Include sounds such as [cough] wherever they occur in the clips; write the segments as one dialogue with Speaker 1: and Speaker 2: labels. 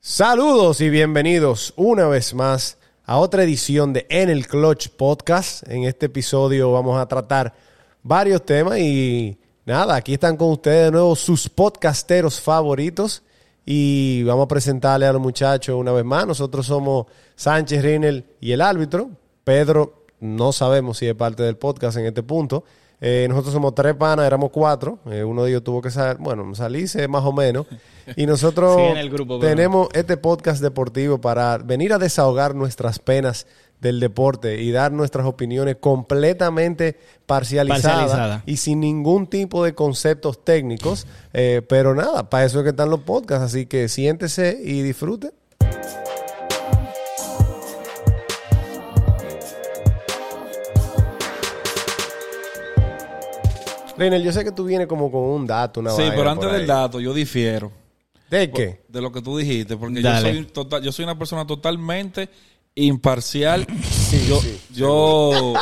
Speaker 1: Saludos y bienvenidos una vez más a otra edición de En el Clutch Podcast. En este episodio vamos a tratar varios temas y nada, aquí están con ustedes de nuevo sus podcasteros favoritos y vamos a presentarle a los muchachos una vez más. Nosotros somos Sánchez Rinel y el árbitro. Pedro no sabemos si es parte del podcast en este punto. Eh, nosotros somos tres panas, éramos cuatro. Eh, uno de ellos tuvo que salir, bueno, salirse más o menos. Y nosotros
Speaker 2: [laughs] Sí, en el grupo, pero-
Speaker 1: tenemos este podcast deportivo para venir a desahogar nuestras penas del deporte y dar nuestras opiniones completamente parcializadas
Speaker 2: Parcializada.
Speaker 1: y sin ningún tipo de conceptos técnicos. Eh, pero nada, para eso es que están los podcasts. Así que siéntese y disfrute. Reynel, yo sé que tú vienes como con un dato, una
Speaker 3: Sí,
Speaker 1: vaina
Speaker 3: pero
Speaker 1: por
Speaker 3: antes del
Speaker 1: ahí.
Speaker 3: dato, yo difiero
Speaker 1: ¿De qué?
Speaker 3: de lo que tú dijiste, porque yo
Speaker 2: Dale.
Speaker 3: soy, total- yo soy una persona totalmente imparcial. yo, yo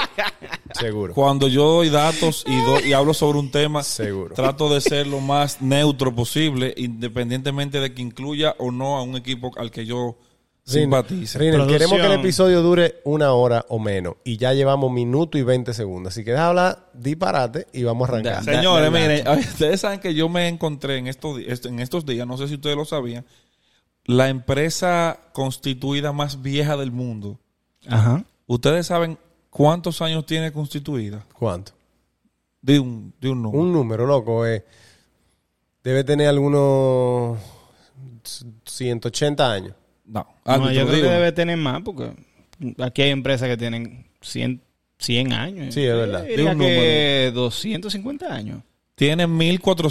Speaker 1: Seguro.
Speaker 3: cuando yo doy datos y, do- y hablo sobre un tema,
Speaker 1: Seguro.
Speaker 3: trato de ser lo más neutro posible, independientemente de que incluya o no a un equipo al que yo simpatice.
Speaker 1: Reynel,
Speaker 2: Producción.
Speaker 1: queremos que el episodio dure una hora o menos. Y ya llevamos minuto y 20 segundos. Así que deja hablar disparate y vamos a arrancar.
Speaker 2: Da- da-
Speaker 3: Señores,
Speaker 2: da-
Speaker 3: miren, [laughs] ustedes saben que yo me encontré en estos, di- est- en estos días, no sé si ustedes lo sabían, la empresa constituida más vieja del mundo.
Speaker 2: Ajá.
Speaker 3: ¿Ustedes saben cuántos años tiene constituida?
Speaker 1: ¿Cuánto?
Speaker 3: De un, de un número.
Speaker 1: Un número, loco. eh. Debe tener algunos 180 años.
Speaker 3: No. Ah,
Speaker 1: Ah,
Speaker 2: no,
Speaker 3: árbitro,
Speaker 2: yo creo
Speaker 3: digo.
Speaker 2: que debe tener más porque aquí hay empresas que tienen 100, 100 años.
Speaker 1: Sí, es verdad.
Speaker 2: Yo diría
Speaker 3: Di un
Speaker 2: que 250 años.
Speaker 3: Tiene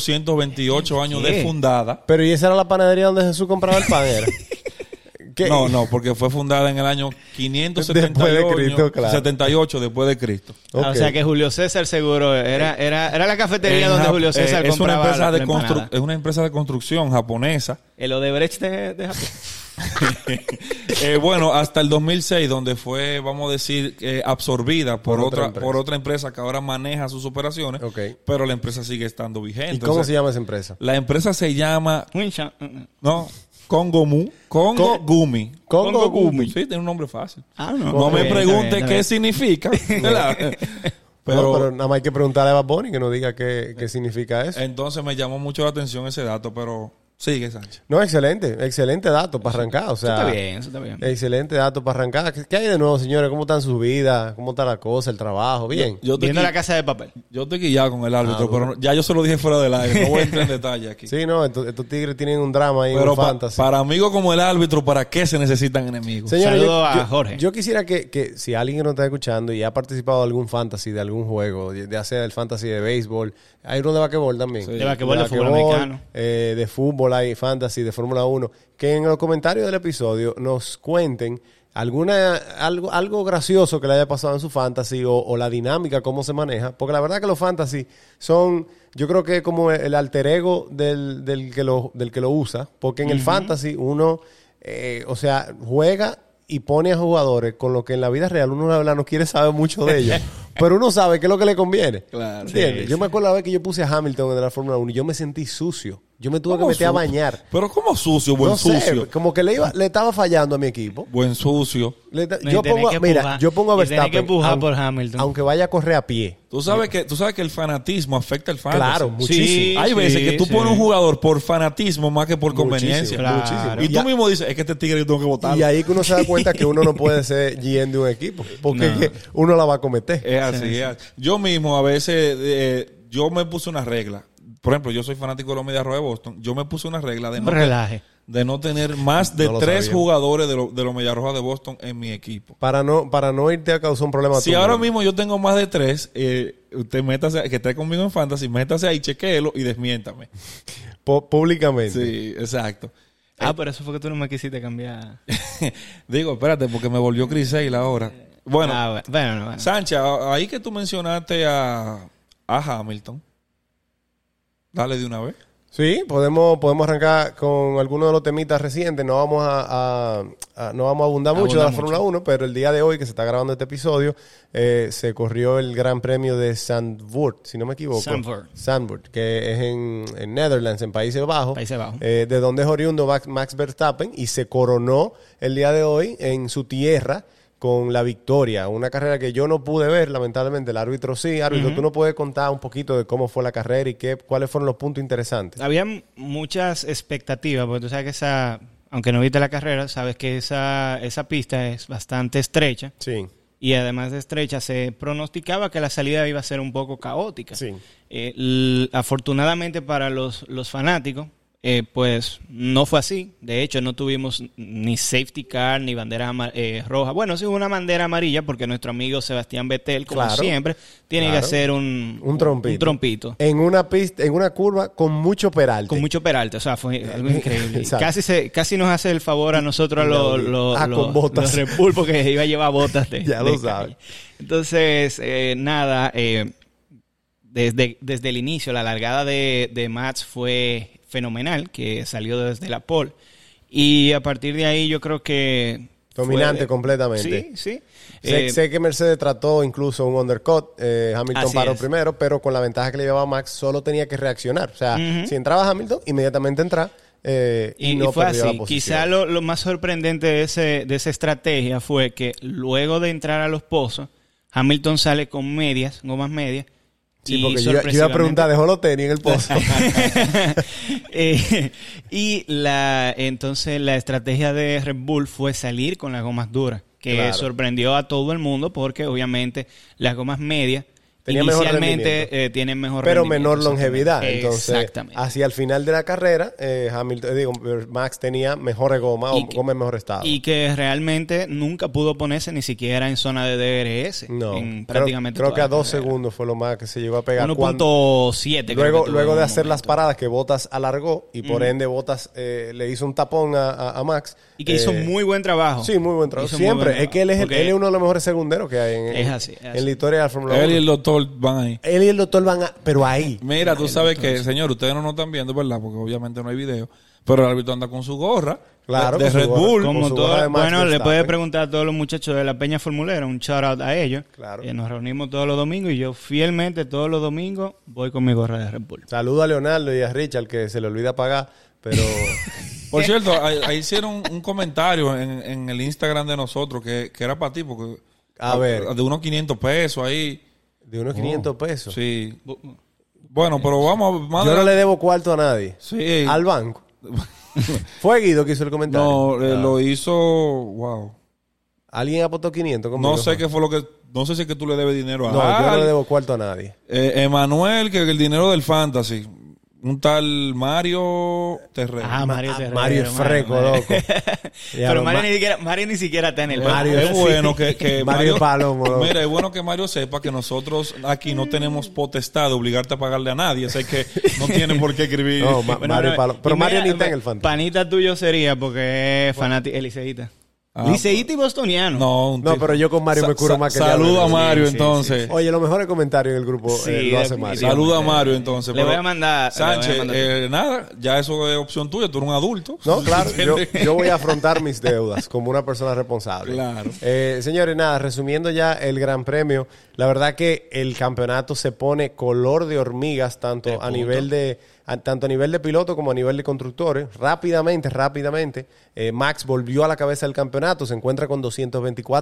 Speaker 3: 1428 años
Speaker 2: ¿Qué?
Speaker 3: de fundada.
Speaker 1: Pero ¿y esa era la panadería donde Jesús compraba el pan? era? ¿Qué?
Speaker 3: No, no, porque fue fundada en el año 578
Speaker 1: Después de Cristo, claro.
Speaker 3: 78 después de Cristo.
Speaker 1: Ok.
Speaker 2: Ah, O sea que Julio César seguro era, era, era la cafetería
Speaker 3: Eh, En
Speaker 2: donde
Speaker 3: Jap-
Speaker 2: Julio César
Speaker 3: eh, es una
Speaker 2: compraba
Speaker 3: empresa
Speaker 2: la-
Speaker 3: de
Speaker 2: la
Speaker 3: constru-
Speaker 2: empanada.
Speaker 3: es una empresa de construcción japonesa.
Speaker 2: El Odebrecht de, de Japón.
Speaker 3: [laughs] Eh, bueno, hasta el 2006, donde fue, vamos a decir, eh, absorbida por,
Speaker 1: Por otra
Speaker 3: otra,
Speaker 1: empresa.
Speaker 3: por otra empresa que ahora maneja sus operaciones,
Speaker 1: Ok.
Speaker 3: pero la empresa sigue estando vigente.
Speaker 1: ¿Y cómo
Speaker 3: O sea,
Speaker 1: se llama esa empresa?
Speaker 3: La empresa se llama
Speaker 2: Un cha- I
Speaker 3: No, Congo Mu. Congo
Speaker 1: Co-
Speaker 3: Gumi.
Speaker 1: Congo Gumi.
Speaker 3: Sí, tiene un nombre fácil.
Speaker 2: don't know.
Speaker 3: No me
Speaker 2: Ah, Está bien, está
Speaker 3: pregunte
Speaker 2: bien,
Speaker 3: qué
Speaker 2: está
Speaker 3: significa.
Speaker 1: [laughs]
Speaker 3: ¿verdad?
Speaker 1: Pero,
Speaker 3: pero,
Speaker 1: pero nada más hay que preguntarle a Bad Bunny que nos diga qué, qué significa eso.
Speaker 3: entonces me llamó mucho la atención ese dato, pero sigue Sánchez.
Speaker 1: No, excelente, excelente dato para arrancar. O sea,
Speaker 2: bien. Eso está bien, eso está bien.
Speaker 3: Eh,
Speaker 1: excelente dato para arrancar. ¿Qué, qué hay de nuevo, señores? ¿Cómo están sus vidas? ¿Cómo está la cosa? ¿El trabajo? Bien.
Speaker 3: Yo te,
Speaker 2: Viendo
Speaker 3: qui-
Speaker 2: la casa de papel.
Speaker 3: yo te guillaba con el árbitro, pero no- ya yo se lo dije fuera del aire. No voy
Speaker 1: [laughs]
Speaker 3: a entrar en detalle aquí.
Speaker 1: Ah, sí, no, estos, estos tigres tienen un drama ahí,
Speaker 3: pero
Speaker 1: un
Speaker 3: pa-
Speaker 1: fantasy.
Speaker 3: para amigos como el árbitro, ¿para qué se necesitan enemigos?
Speaker 1: Señores,
Speaker 2: Saludo a Jorge.
Speaker 1: Yo quisiera que, que si alguien que nos está escuchando y ha participado de algún fantasy, de algún juego, de- ya sea el fantasy de béisbol, hay uno de basquetbol también.
Speaker 2: De basquetbol, de fútbol americano.
Speaker 1: eh, de fútbol, hay fantasy, de Fórmula 1. Que en los comentarios del episodio nos cuenten alguna algo, algo gracioso que le haya pasado en su fantasy o, o la dinámica, cómo se maneja. Porque la verdad que los fantasy son, yo creo que como el alter ego del, del, que, lo, del que lo usa. Porque en el fantasy uno, eh, o sea, juega y pone a jugadores con lo que en la vida real uno la verdad no quiere saber mucho de ellos. pero uno sabe qué es lo que le conviene.
Speaker 3: Claro.
Speaker 1: ¿Entiendes?
Speaker 2: Sí,
Speaker 1: Yo me acuerdo la vez que yo puse a Hamilton en la Fórmula 1 y yo me sentí sucio. Yo me tuve que
Speaker 3: ¿Cómo
Speaker 1: meter a
Speaker 3: su-
Speaker 1: bañar.
Speaker 3: Pero ¿cómo sucio, buen
Speaker 1: no
Speaker 3: sucio?
Speaker 1: sé, como que le, iba, le estaba fallando a mi equipo.
Speaker 3: Buen sucio.
Speaker 1: Le ta-
Speaker 2: No, y
Speaker 1: yo,
Speaker 2: tenés
Speaker 1: pongo, a-
Speaker 2: que
Speaker 1: mira,
Speaker 2: pujar.
Speaker 1: yo pongo a
Speaker 2: Y tenés
Speaker 1: Verstappen.
Speaker 2: que pujar
Speaker 1: aun-
Speaker 2: por Hamilton.
Speaker 1: Aunque vaya a correr a pie.
Speaker 3: Tú sabes que tú sabes que el fanatismo afecta al fantasy.
Speaker 1: Claro, muchísimo.
Speaker 2: Sí,
Speaker 3: Hay veces
Speaker 2: sí,
Speaker 3: que tú
Speaker 2: sí.
Speaker 3: pones un jugador por fanatismo más que por
Speaker 1: Muchísimo,
Speaker 3: conveniencia.
Speaker 2: Claro.
Speaker 1: muchísimo.
Speaker 3: Y tú
Speaker 1: Ya-
Speaker 3: mismo dices, es que este tigre yo tengo que votar.
Speaker 1: Y ahí que uno se da cuenta que uno no puede
Speaker 3: [laughs]
Speaker 1: ser GM de un equipo. Porque
Speaker 2: No.
Speaker 1: es que uno la va a cometer.
Speaker 3: Es así, es así. Yo mismo a veces, eh, yo me puse una regla. Por ejemplo, yo soy fanático de los Medias Rojas de Boston. Yo me puse una regla de no,
Speaker 2: Relaje.
Speaker 3: de no tener más de
Speaker 1: No lo
Speaker 3: tres
Speaker 1: sabía.
Speaker 3: jugadores de, lo- de los Medias Rojas de Boston en mi equipo.
Speaker 1: Para no, para no irte a causar un problema.
Speaker 3: Si
Speaker 1: tú,
Speaker 3: ahora
Speaker 1: bro.
Speaker 3: mismo yo tengo más de tres, eh, usted métase, que esté conmigo en Fantasy, métase ahí, chequéelo y desmiéntame.
Speaker 1: Pu- públicamente.
Speaker 3: Sí, exacto. Eh.
Speaker 2: Ah, pero eso fue que tú no me quisiste cambiar.
Speaker 3: Digo, espérate, porque me volvió Chris Hale ahora. Bueno,
Speaker 2: Ah, bueno, bueno, bueno.
Speaker 3: Sánchez, a- ahí que tú mencionaste a, a Hamilton, dale de una vez.
Speaker 1: Sí, podemos, podemos arrancar con algunos de los temitas recientes. No vamos a, a- a- no vamos a abundar mucho de la
Speaker 2: Abundar
Speaker 1: Fórmula 1, pero el día de hoy que se está grabando este episodio, eh, se corrió el Gran Premio de Zandvoort, si no me equivoco.
Speaker 2: Zandvoort.
Speaker 1: Zandvoort, que es en, en Netherlands, en Países Bajos.
Speaker 2: Países Bajos.
Speaker 1: eh, de donde es oriundo Max- Max Verstappen y se coronó el día de hoy en su tierra con la victoria. Una carrera que yo no pude ver, lamentablemente. El árbitro sí. Árbitro, tú no puedes contar un poquito de cómo fue la carrera y qué, cuáles fueron los puntos interesantes.
Speaker 2: Había muchas expectativas, porque tú sabes que esa, aunque no viste la carrera, sabes que esa, esa pista es bastante estrecha.
Speaker 1: Sí.
Speaker 2: Y además de estrecha, se pronosticaba que la salida iba a ser un poco caótica.
Speaker 1: Sí.
Speaker 2: Eh, l- afortunadamente para los, los fanáticos, eh, pues no fue así. De hecho, no tuvimos ni safety car, ni bandera ama- eh, roja. Bueno, sí, una bandera amarilla, porque nuestro amigo Sebastián Vettel, como
Speaker 1: Claro,
Speaker 2: siempre, tiene
Speaker 1: claro.
Speaker 2: que hacer un,
Speaker 1: Un trompito.
Speaker 2: un trompito.
Speaker 1: En una pista, en una curva con mucho peralte.
Speaker 2: Con mucho peralte, o sea, fue algo increíble.
Speaker 1: Eh, [laughs] Exacto.
Speaker 2: casi, se, casi nos hace el favor a nosotros, a los, los,
Speaker 1: Ah,
Speaker 2: los-
Speaker 1: con botas.
Speaker 2: los Red Bull, porque iba a llevar botas
Speaker 1: [laughs]
Speaker 2: de.
Speaker 1: Ya
Speaker 2: de
Speaker 1: lo sabe.
Speaker 2: calle. Entonces, eh, nada, eh, desde, desde el inicio, la largada de, de Mats fue fenomenal, que salió desde la pole. Y a partir de ahí, yo creo que. fue-
Speaker 1: Dominante completamente.
Speaker 2: Sí, sí.
Speaker 1: Sé,
Speaker 2: Eh,
Speaker 1: sé que Mercedes trató incluso un undercut. eh, Hamilton
Speaker 2: Así
Speaker 1: paró
Speaker 2: es.
Speaker 1: primero, pero con la ventaja que le llevaba Max, solo tenía que reaccionar. O sea,
Speaker 2: Ujú.
Speaker 1: si entraba Hamilton, inmediatamente entra eh, y,
Speaker 2: Y,
Speaker 1: no
Speaker 2: y fue
Speaker 1: perdió la
Speaker 2: así.
Speaker 1: posición.
Speaker 2: Quizá lo, lo más sorprendente de, ese, de esa estrategia fue que luego de entrar a los pozos, Hamilton sale con medias, gomas medias.
Speaker 1: Sí,
Speaker 2: y
Speaker 1: porque yo, yo iba a preguntar, ¿dejó los tenis en el
Speaker 2: [laughs]
Speaker 1: pozo?
Speaker 2: sorpresivamente- [laughs] Eh, y la, entonces la estrategia de Red Bull fue salir con las gomas duras, que
Speaker 1: Claro.
Speaker 2: sorprendió a todo el mundo porque obviamente las gomas medias
Speaker 1: Tenía mejor rendimiento.
Speaker 2: inicialmente eh, tienen
Speaker 1: [laughs]
Speaker 2: mejor
Speaker 1: pero
Speaker 2: rendimiento,
Speaker 1: menor longevidad.
Speaker 2: exactamente.
Speaker 1: Entonces,
Speaker 2: Exactamente.
Speaker 1: hacia el final de la carrera, eh, Hamilton, eh, digo, Max tenía mejor goma
Speaker 2: Y
Speaker 1: o
Speaker 2: que-
Speaker 1: goma en mejor estado.
Speaker 2: Y que realmente nunca pudo ponerse ni siquiera en zona de DRS.
Speaker 1: no,
Speaker 2: en
Speaker 1: creo,
Speaker 2: prácticamente
Speaker 1: creo
Speaker 2: toda
Speaker 1: que a
Speaker 2: la
Speaker 1: dos
Speaker 2: carrera.
Speaker 1: segundos fue lo más que se llegó a pegar. cuando-
Speaker 2: 1.7. creo
Speaker 1: Luego,
Speaker 2: que tuvo
Speaker 1: luego
Speaker 2: en
Speaker 1: de
Speaker 2: un
Speaker 1: hacer las
Speaker 2: momento.
Speaker 1: paradas que Botas alargó y por ende Botas eh, le hizo un tapón a, a- a Max.
Speaker 2: Y que hizo
Speaker 1: eh,
Speaker 2: muy buen trabajo.
Speaker 1: Sí, muy buen trabajo.
Speaker 2: Hizo muy
Speaker 1: Siempre.
Speaker 2: buen
Speaker 1: es que él es, el-
Speaker 2: trabajo,
Speaker 1: él es
Speaker 2: porque
Speaker 1: uno de los mejores segunderos que hay en,
Speaker 2: Es así, es
Speaker 1: en
Speaker 2: así.
Speaker 1: la historia de la Fórmula
Speaker 3: Él y
Speaker 1: 1.
Speaker 3: el doctor van ahí.
Speaker 1: Él y el doctor van a... Pero
Speaker 2: [laughs]
Speaker 1: ahí.
Speaker 3: Mira, tú sabes que, señor, ustedes no nos están viendo, ¿verdad? Porque obviamente no hay video. Pero el árbitro anda con su gorra.
Speaker 1: Claro,
Speaker 3: De, de
Speaker 1: con su
Speaker 3: Red
Speaker 1: gorra.
Speaker 3: Bull.
Speaker 1: con
Speaker 2: Como
Speaker 1: su
Speaker 2: todo-
Speaker 1: gorra de Max
Speaker 2: bueno, le
Speaker 1: Verstappen.
Speaker 2: puedes preguntar a todos los muchachos de la Peña Formulera, un shout out a ellos.
Speaker 1: Claro.
Speaker 2: Eh, nos reunimos todos los domingos y yo fielmente todos los domingos voy con mi gorra de Red Bull.
Speaker 1: Saludo a Leonardo y a Richard que se le olvida pagar,
Speaker 2: [laughs]
Speaker 1: pero...
Speaker 3: Por cierto, ahí, ahí hicieron un comentario en, en el Instagram de nosotros que, que era para ti. Porque,
Speaker 1: A ver.
Speaker 3: De unos 500 pesos ahí.
Speaker 1: De
Speaker 2: Oh.
Speaker 1: unos 500 pesos.
Speaker 3: Sí. Bueno, pero vamos. Más
Speaker 1: Yo no
Speaker 3: adelante.
Speaker 1: le debo cuarto a nadie.
Speaker 3: Sí.
Speaker 1: Al
Speaker 2: [laughs]
Speaker 1: banco. Fue Guido que hizo el comentario.
Speaker 3: No, eh, lo hizo. Wow.
Speaker 1: ¿Alguien apostó 500 conmigo?
Speaker 3: No sé qué fue lo que. No sé si es que tú le debes dinero a
Speaker 1: No, yo no
Speaker 2: Ah,
Speaker 3: alguien.
Speaker 1: le debo cuarto a nadie.
Speaker 3: Eh, Emanuel, que el dinero del fantasy. Un tal Mario Terrero.
Speaker 2: Ah, Mario,
Speaker 1: Ah,
Speaker 2: Terrero,
Speaker 1: Mario es
Speaker 2: Mario,
Speaker 1: freco,
Speaker 2: Mario. [laughs]
Speaker 1: loco.
Speaker 2: Pero
Speaker 1: Diablo,
Speaker 2: Mario
Speaker 1: Ma-
Speaker 2: ni, siquiera, Mario ni siquiera está en el
Speaker 3: Bueno,
Speaker 1: Mario-
Speaker 3: Eh, es bueno
Speaker 2: [laughs]
Speaker 3: que, que
Speaker 1: Mario Palomo, loco.
Speaker 3: Mira, es bueno que Mario sepa que nosotros aquí no tenemos potestad de obligarte a pagarle a nadie. Así que no tiene por qué
Speaker 1: [laughs]
Speaker 3: escribir.
Speaker 1: No, ma- Mario Palo- pero
Speaker 2: y
Speaker 1: Mario
Speaker 2: mira,
Speaker 1: ni está en el Fantasy.
Speaker 2: eh, Panita tuyo sería porque es fanático, es liceíta.
Speaker 3: Ah,
Speaker 2: liceíta y bostoniano.
Speaker 3: no, un
Speaker 1: pues, No,
Speaker 3: tipo-
Speaker 1: pero yo con Mario me curo
Speaker 3: Sa-
Speaker 1: más que el
Speaker 3: Saluda
Speaker 1: diablo.
Speaker 3: a Mario,
Speaker 2: Sí, sí,
Speaker 3: entonces.
Speaker 1: Oye, los mejores comentarios en el grupo eh,
Speaker 2: Sí,
Speaker 1: lo hace
Speaker 2: definitivamente.
Speaker 1: Mario.
Speaker 3: Saluda a Mario, entonces.
Speaker 2: Le voy
Speaker 3: pero-
Speaker 2: a mandar- le voy a
Speaker 3: Sánchez,
Speaker 2: mandar-
Speaker 3: eh, nada, ya eso es opción tuya. Tú eres un adulto. [laughs]
Speaker 1: No, claro, yo, yo voy a afrontar mis deudas como una persona responsable.
Speaker 3: Claro.
Speaker 1: Eh, señores, nada, resumiendo ya el Gran Premio, la verdad que el campeonato se pone color de hormigas tanto a nivel de a- tanto a nivel de piloto como a nivel de constructores. Rápidamente, rápidamente, eh, Max volvió a la cabeza del campeonato, se encuentra con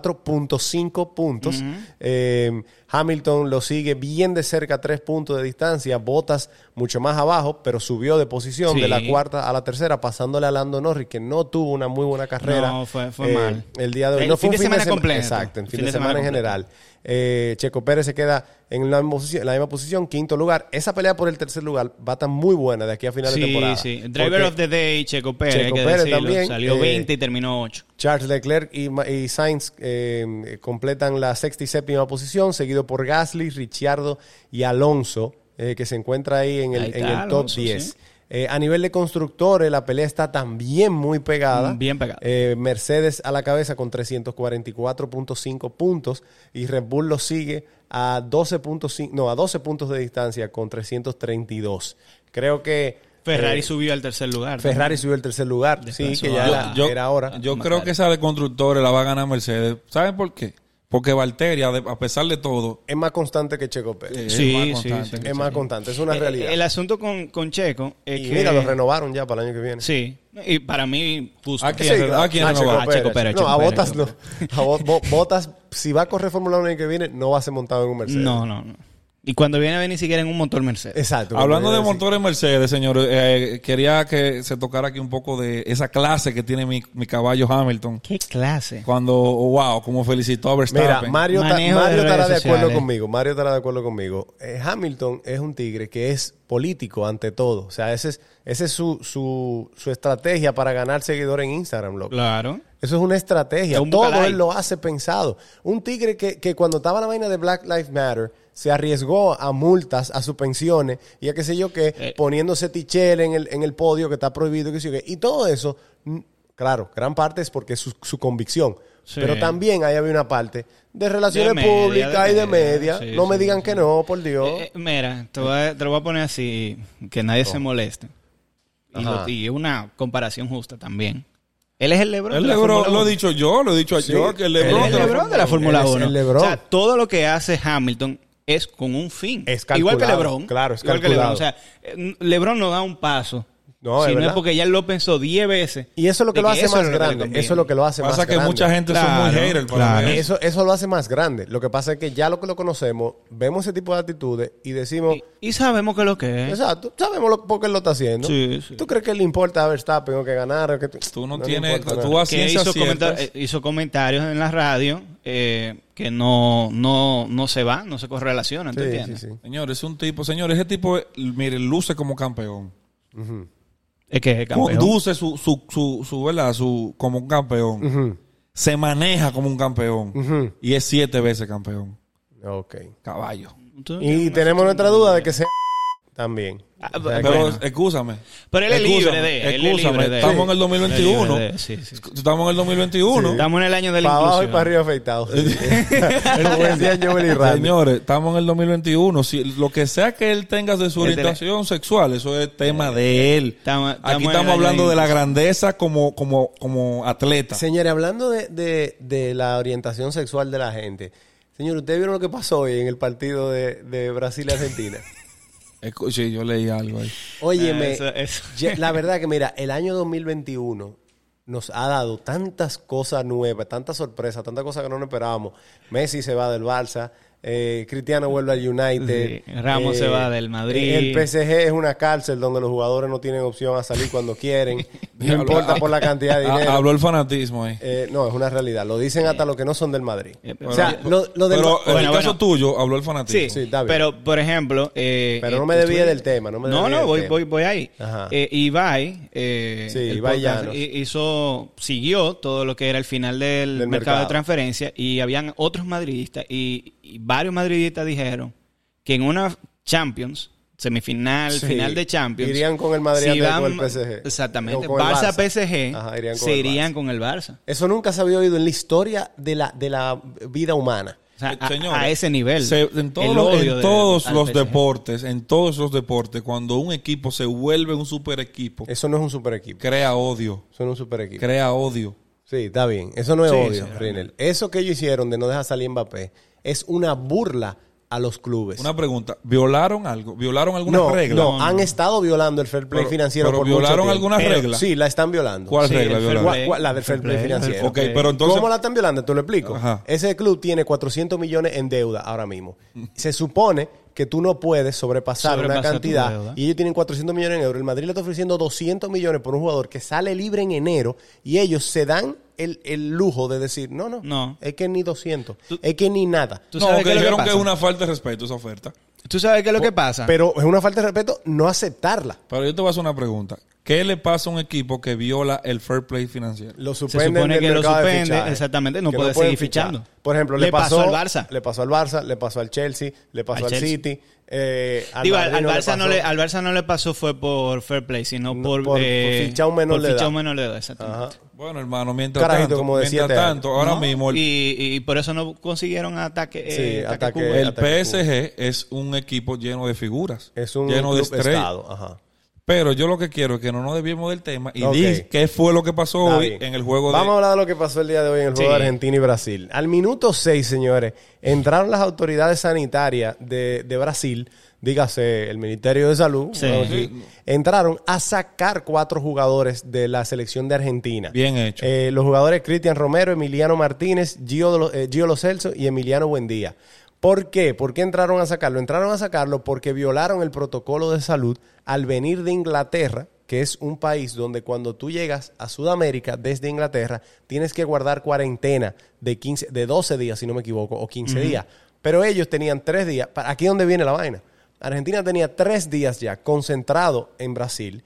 Speaker 1: 224.5 puntos. Eh, Hamilton lo sigue bien de cerca, a tres puntos de distancia. Botas mucho más abajo, pero subió de posición de la
Speaker 2: Sí.
Speaker 1: cuarta cuarta a la tercera, pasándole a Lando Norris, que no tuvo una muy buena carrera. eh,
Speaker 2: No, fue- fue mal.
Speaker 1: El día de hoy.
Speaker 2: El
Speaker 1: no fue
Speaker 2: fin de
Speaker 1: un fin de
Speaker 2: semana
Speaker 1: semana
Speaker 2: completo.
Speaker 1: Exacto, en fin, de, semana, en general. Eh, Checo Pérez se queda en la, misma posición- la misma posición, quinto lugar. Esa pelea por el tercer lugar va a estar muy buena de aquí a final de temporada.
Speaker 2: Sí, sí. Driver
Speaker 1: Porque
Speaker 2: of the Day, Checo Pérez,
Speaker 1: Checo
Speaker 2: hay que
Speaker 1: Pérez
Speaker 2: decirlo.
Speaker 1: también,
Speaker 2: Salió
Speaker 1: eh,
Speaker 2: 20 y terminó 8.
Speaker 1: Charles Leclerc y, Ma- y Sainz eh, completan la sexta y séptima posición, seguido por Gasly, Ricciardo y Alonso, eh, que se encuentra ahí en el,
Speaker 2: Ahí está
Speaker 1: en el top
Speaker 2: Alonso,
Speaker 1: 10.
Speaker 2: sí.
Speaker 1: Eh, a nivel de constructores, la pelea está también muy pegada.
Speaker 2: Mm, Bien pegada.
Speaker 1: Eh, Mercedes a la cabeza con 344.5 puntos y Red Bull lo sigue a 12.5, no, a 12 puntos de distancia con 332. Creo que eh,
Speaker 2: Ferrari subió al tercer lugar.
Speaker 1: Ferrari subió al tercer lugar. Sí,
Speaker 2: Desplazó
Speaker 1: que ya
Speaker 2: a-
Speaker 1: era,
Speaker 3: yo,
Speaker 1: era hora.
Speaker 3: yo
Speaker 2: Más
Speaker 3: creo
Speaker 2: tarde.
Speaker 3: que esa de constructores la va a ganar Mercedes. ¿Saben por qué? Porque Valtteri, a de- a pesar de todo, eh,
Speaker 1: es más constante que Checo Pérez.
Speaker 3: es
Speaker 2: Sí,
Speaker 3: más
Speaker 2: sí,
Speaker 3: constante.
Speaker 2: sí.
Speaker 1: es más constante, es una
Speaker 2: Eh,
Speaker 1: realidad.
Speaker 2: El asunto con, con Checo es
Speaker 1: y
Speaker 2: que.
Speaker 1: mira, lo renovaron ya para el año que viene.
Speaker 2: Sí. Y para mí, justo.
Speaker 3: ¿A quién?
Speaker 1: claro.
Speaker 3: ¿A quién
Speaker 1: Ah,
Speaker 3: no
Speaker 1: Checo
Speaker 3: va? A
Speaker 1: Pérez.
Speaker 2: Checo Pérez,
Speaker 1: No,
Speaker 2: Checo
Speaker 1: a
Speaker 2: Pérez,
Speaker 1: Botas no.
Speaker 2: Checo
Speaker 1: A Bo- Bo- Botas, si va a correr Fórmula 1 el año que viene, no va a ser montado en un Mercedes.
Speaker 2: No, no, no. Y cuando viene a ver ni siquiera en un motor Mercedes.
Speaker 1: Exacto.
Speaker 3: Hablando de
Speaker 1: Como
Speaker 3: motores Mercedes, señores, eh, quería que se tocara aquí un poco de esa clase que tiene mi, mi caballo Hamilton.
Speaker 2: ¿Qué clase?
Speaker 3: Cuando, wow, como felicitó a
Speaker 1: Mira,
Speaker 3: Verstappen.
Speaker 1: Mario, ta-
Speaker 2: Manejo de
Speaker 1: Mario estará de
Speaker 2: redes
Speaker 1: acuerdo
Speaker 2: sociales.
Speaker 1: conmigo. Mario estará de acuerdo conmigo. Eh, Hamilton es un tigre que es político ante todo. O sea, esa es, ese es su, su, su estrategia para ganar seguidores en Instagram, loco.
Speaker 2: Claro.
Speaker 1: Eso es una estrategia.
Speaker 2: Es un
Speaker 1: Todo
Speaker 2: bucalay.
Speaker 1: él lo hace pensado. Un tigre que, que cuando estaba la vaina de Black Lives Matter se arriesgó a multas, a suspensiones y a qué sé yo qué,
Speaker 2: Eh.
Speaker 1: poniéndose tichel en el, en el podio que está prohibido, qué sé yo qué. Y todo eso, mm, claro, gran parte es porque es su, su convicción.
Speaker 2: Sí.
Speaker 1: Pero también ahí había una parte de relaciones
Speaker 2: De media,
Speaker 1: públicas
Speaker 2: de
Speaker 1: y de
Speaker 2: media.
Speaker 1: media.
Speaker 2: Sí,
Speaker 1: no me
Speaker 2: sí,
Speaker 1: digan
Speaker 2: sí.
Speaker 1: que no, por Dios.
Speaker 2: Eh, eh, mira, te voy, a, te lo voy a poner así, que nadie se moleste. Y,
Speaker 1: Ajá.
Speaker 2: lo- y es una comparación justa también. Él es el Lebron.
Speaker 3: El
Speaker 2: de la
Speaker 3: Lebron,
Speaker 2: Fórmula
Speaker 3: lo he
Speaker 2: Uno.
Speaker 3: dicho yo, lo he dicho
Speaker 1: Sí,
Speaker 3: yo, que el
Speaker 1: él
Speaker 2: Él
Speaker 3: Lebron...
Speaker 2: es
Speaker 3: de
Speaker 2: el
Speaker 3: la
Speaker 2: Lebron de la Fórmula
Speaker 1: Él es
Speaker 2: 1.
Speaker 1: el LeBron.
Speaker 2: O sea, todo lo que hace Hamilton es con un fin.
Speaker 1: Es
Speaker 2: Igual que
Speaker 1: calculado,
Speaker 2: Lebron.
Speaker 1: claro, es
Speaker 2: igual que
Speaker 1: calculado.
Speaker 2: LeBron. O sea, eh, Lebron no da un paso.
Speaker 1: No, es
Speaker 2: si no
Speaker 1: verdad.
Speaker 2: es porque ya él lo pensó 10 veces.
Speaker 1: y eso es lo que
Speaker 2: de
Speaker 1: lo hace
Speaker 2: eso
Speaker 1: más
Speaker 2: es lo que le
Speaker 1: grande.
Speaker 2: conviene.
Speaker 1: Eso es lo que lo hace
Speaker 3: Pasa
Speaker 1: más
Speaker 3: que
Speaker 1: grande.
Speaker 3: mucha gente son
Speaker 2: Claro,
Speaker 3: muy hater para
Speaker 2: claro.
Speaker 3: mí.
Speaker 1: Eso, eso lo hace más grande. Lo que pasa es que ya lo que lo conocemos, vemos ese tipo de actitudes y decimos,
Speaker 2: Y sabemos que lo que es.
Speaker 1: exacto, sabemos lo, por qué él lo está haciendo.
Speaker 2: Sí, sí.
Speaker 1: ¿Tú crees que le importa a Verstappen o que ganar? o que
Speaker 3: Tú no,
Speaker 1: le
Speaker 3: tienes...
Speaker 1: importa
Speaker 3: Tú
Speaker 1: nada.
Speaker 3: a
Speaker 2: Que
Speaker 3: ciencia
Speaker 2: hizo,
Speaker 3: cierta...
Speaker 2: comenta- eh, hizo comentarios en la radio eh, que no, no, no se van, no se correlacionan. ¿te
Speaker 1: Sí,
Speaker 2: entiendes?
Speaker 1: sí, sí.
Speaker 3: Señores, es un tipo... Señores, ese tipo, eh, mire, luce como campeón.
Speaker 2: Es que es campeón.
Speaker 3: Conduce su, su, su, su, ¿verdad? Su, como un campeón. Se maneja como un campeón. Y es siete veces campeón.
Speaker 1: Ok.
Speaker 3: Caballo.
Speaker 2: Tú-
Speaker 1: Y tenemos nuestra duda de que sea también.
Speaker 2: Ah,
Speaker 1: O sea,
Speaker 2: Eh,
Speaker 3: Pero,
Speaker 2: bueno.
Speaker 3: excúsame.
Speaker 2: Pero él es
Speaker 3: Excúsame,
Speaker 2: libre de. él es
Speaker 3: excúsame.
Speaker 2: libre de-
Speaker 3: Estamos en el 2021.
Speaker 2: Él es libre de- sí, sí, sí.
Speaker 3: Estamos en el 2021.
Speaker 2: Estamos en el año de la
Speaker 1: para abajo y
Speaker 2: inclusión.
Speaker 1: para arriba afeitado. Como decían Joel y Randy.
Speaker 3: Señores, estamos en el 2021. Si, lo que sea que él tenga de su
Speaker 2: Él tiene-
Speaker 3: orientación sexual, eso es tema de él.
Speaker 2: Estamos- estamos
Speaker 3: Aquí
Speaker 2: en
Speaker 3: estamos
Speaker 2: el
Speaker 3: hablando
Speaker 2: año
Speaker 3: de la grandeza como, como, como atleta.
Speaker 1: Señores, hablando de, de- de la orientación sexual de la gente, señor, ¿ustedes vieron lo que pasó hoy en el partido de, de Brasil-Argentina?
Speaker 3: Escu- Sí, yo leí algo ahí.
Speaker 1: Óyeme,
Speaker 2: Ah, Eso- eso.
Speaker 1: ye- la verdad que mira, el año 2021 nos ha dado tantas cosas nuevas, tantas sorpresas, tantas cosas que no nos esperábamos. Messi se va del Barça, eh, Cristiano vuelve al United. eh,
Speaker 2: Sí, Ramos se va del Madrid.
Speaker 1: El PSG es una cárcel donde los jugadores no tienen opción a salir cuando
Speaker 2: [laughs]
Speaker 1: quieren. no importa por la cantidad de
Speaker 2: Ah,
Speaker 3: Ha-
Speaker 1: dinero.
Speaker 3: Habló el fanatismo ahí.
Speaker 1: Eh, no, es una realidad. Lo dicen hasta los que no son del Madrid.
Speaker 2: Eh,
Speaker 1: o sea, lo, lo del
Speaker 3: Pero en
Speaker 2: Bueno,
Speaker 3: el caso
Speaker 2: bueno.
Speaker 3: tuyo, habló el
Speaker 2: Sí,
Speaker 3: fanatismo.
Speaker 1: Sí, está bien.
Speaker 2: pero por ejemplo... eh,
Speaker 1: Pero
Speaker 2: eh,
Speaker 1: no me
Speaker 2: tú-
Speaker 1: debía del tema, no me
Speaker 2: No,
Speaker 1: desvíe del
Speaker 2: no, voy,
Speaker 1: tema.
Speaker 2: voy, voy ahí.
Speaker 1: Ajá.
Speaker 2: Eh, Ibai, eh,
Speaker 1: Sí,
Speaker 2: el
Speaker 1: Ibai
Speaker 2: podcast,
Speaker 1: Llanos.
Speaker 2: hi- hizo, siguió todo lo que era el final del,
Speaker 1: Del
Speaker 2: mercado,
Speaker 1: mercado.
Speaker 2: de transferencia y habían otros madridistas y, y varios madridistas dijeron que en una Champions, semifinal,
Speaker 1: Sí,
Speaker 2: final de Champions...
Speaker 1: irían con el Madrid antes de
Speaker 2: van-
Speaker 1: con el PSG.
Speaker 2: Exactamente.
Speaker 1: No, con el
Speaker 2: Barça,
Speaker 1: Barça.
Speaker 2: PSG,
Speaker 1: Ajá, irían con
Speaker 2: se
Speaker 1: el
Speaker 2: irían con el Barça.
Speaker 1: Eso nunca se había oído en la historia de la, de la vida humana.
Speaker 2: O sea,
Speaker 3: Eh,
Speaker 2: a-
Speaker 3: señores,
Speaker 2: a, ese nivel.
Speaker 3: se- en todos,
Speaker 2: El
Speaker 3: los-
Speaker 2: odio
Speaker 3: en
Speaker 2: de-
Speaker 3: todos
Speaker 2: al
Speaker 3: los
Speaker 2: PSG.
Speaker 3: deportes, en todos los deportes, cuando un equipo se vuelve un super equipo,
Speaker 1: Eso no es un super equipo.
Speaker 3: crea odio.
Speaker 1: Eso no es un super equipo.
Speaker 3: Crea odio.
Speaker 1: Sí, está bien. Eso no es
Speaker 2: Sí,
Speaker 1: odio,
Speaker 2: sí,
Speaker 1: Rinel. Eso que ellos hicieron de no dejar salir Mbappé es una burla a los clubes.
Speaker 3: Una pregunta, ¿violaron algo? ¿Violaron alguna
Speaker 1: no,
Speaker 3: regla?
Speaker 1: no, han estado violando el fair play
Speaker 3: Pero-
Speaker 1: financiero
Speaker 3: pero
Speaker 1: por mucho
Speaker 3: violaron
Speaker 1: tiempo.
Speaker 3: alguna
Speaker 1: Pero-
Speaker 3: regla.
Speaker 1: Sí, la están violando.
Speaker 3: ¿Cuál
Speaker 2: Sí,
Speaker 3: regla
Speaker 2: el fair
Speaker 3: violaron?
Speaker 2: play.
Speaker 1: Gua- gua- la del fair play financiero.
Speaker 3: Ok, pero entonces...
Speaker 1: ¿Cómo la están violando? Te lo explico.
Speaker 3: Ajá.
Speaker 1: Ese club tiene 400 millones en deuda ahora mismo. Se supone que tú no puedes sobrepasar,
Speaker 2: Sobrepasar
Speaker 1: una
Speaker 2: tu
Speaker 1: cantidad
Speaker 2: deuda.
Speaker 1: y ellos tienen 400 millones en euros. El Madrid le está ofreciendo 200 millones por un jugador que sale libre en enero y ellos se dan el, el lujo de decir, no, no,
Speaker 2: No.
Speaker 1: es que ni 200, es que ni nada.
Speaker 2: ¿Tú
Speaker 3: no,
Speaker 2: sabes
Speaker 3: que
Speaker 2: qué es lo que
Speaker 3: dijeron que es
Speaker 2: pasa?
Speaker 3: una falta de respeto esa oferta.
Speaker 2: ¿Tú sabes qué es lo que pasa?
Speaker 1: Pero es una falta de respeto no aceptarla.
Speaker 3: Pero yo te voy a hacer una pregunta. ¿Qué le pasa a un equipo que viola el fair play financiero?
Speaker 1: Lo
Speaker 2: Se
Speaker 1: suspenden
Speaker 2: supone
Speaker 1: del
Speaker 2: que lo
Speaker 1: mercado de
Speaker 2: suspende,
Speaker 1: fichaje.
Speaker 2: exactamente, no
Speaker 1: Que
Speaker 2: puede
Speaker 1: pueden
Speaker 2: seguir fichando.
Speaker 1: Por ejemplo, le,
Speaker 2: Le pasó al Barça.
Speaker 1: Le pasó al Barça, le pasó al Chelsea, le pasó
Speaker 2: Al
Speaker 1: al,
Speaker 2: Chelsea.
Speaker 1: City. eh, al
Speaker 2: Digo, al,
Speaker 1: Madrid
Speaker 2: al
Speaker 1: le
Speaker 2: Barça no
Speaker 1: pasó.
Speaker 2: le, al Barça no le pasó fue por fair play, sino
Speaker 1: No,
Speaker 2: por,
Speaker 1: por-
Speaker 2: eh,
Speaker 1: por fichar un menor
Speaker 2: por
Speaker 1: de edad.
Speaker 2: fichar un menor de edad, exactamente.
Speaker 1: Ajá.
Speaker 3: Bueno, hermano, mientras
Speaker 1: Carajito,
Speaker 3: tanto,
Speaker 1: como de
Speaker 3: mientras
Speaker 1: siete años.
Speaker 3: tanto ahora
Speaker 2: No,
Speaker 3: mismo el,
Speaker 2: y, y por eso no consiguieron ataque. eh,
Speaker 1: Sí,
Speaker 2: ataque
Speaker 1: ataque-
Speaker 2: Cuba.
Speaker 3: el
Speaker 1: ataque
Speaker 3: PSG es un equipo lleno de figuras,
Speaker 1: Es un
Speaker 3: lleno de
Speaker 1: club
Speaker 3: estrellas.
Speaker 1: estado. Ajá.
Speaker 3: Pero yo lo que quiero es que no nos desviemos del tema y
Speaker 1: Ok.
Speaker 3: di qué fue lo que pasó
Speaker 1: Está
Speaker 3: hoy
Speaker 1: bien.
Speaker 3: en el juego
Speaker 1: Vamos a
Speaker 3: de...
Speaker 1: hablar de lo que pasó el día de hoy en el juego
Speaker 2: Sí.
Speaker 1: de Argentina y Brasil. Al minuto 6, señores, entraron las autoridades sanitarias de, de Brasil, dígase el Ministerio de Salud,
Speaker 2: Sí.
Speaker 1: bueno, sí, entraron a sacar cuatro jugadores de la selección de Argentina.
Speaker 3: Bien hecho.
Speaker 1: Eh, los jugadores Cristian Romero, Emiliano Martínez, Gio, de lo- eh, Gio Lo Celso y Emiliano Buendía. ¿Por qué? ¿Por qué entraron a sacarlo? Entraron a sacarlo porque violaron el protocolo de salud al venir de Inglaterra, que es un país donde cuando tú llegas a Sudamérica desde Inglaterra tienes que guardar cuarentena de, 15, de 12 días, si no me equivoco, o 15 días. Pero ellos tenían tres días. Pa- Aquí es donde viene la vaina. Argentina tenía tres días ya concentrado en Brasil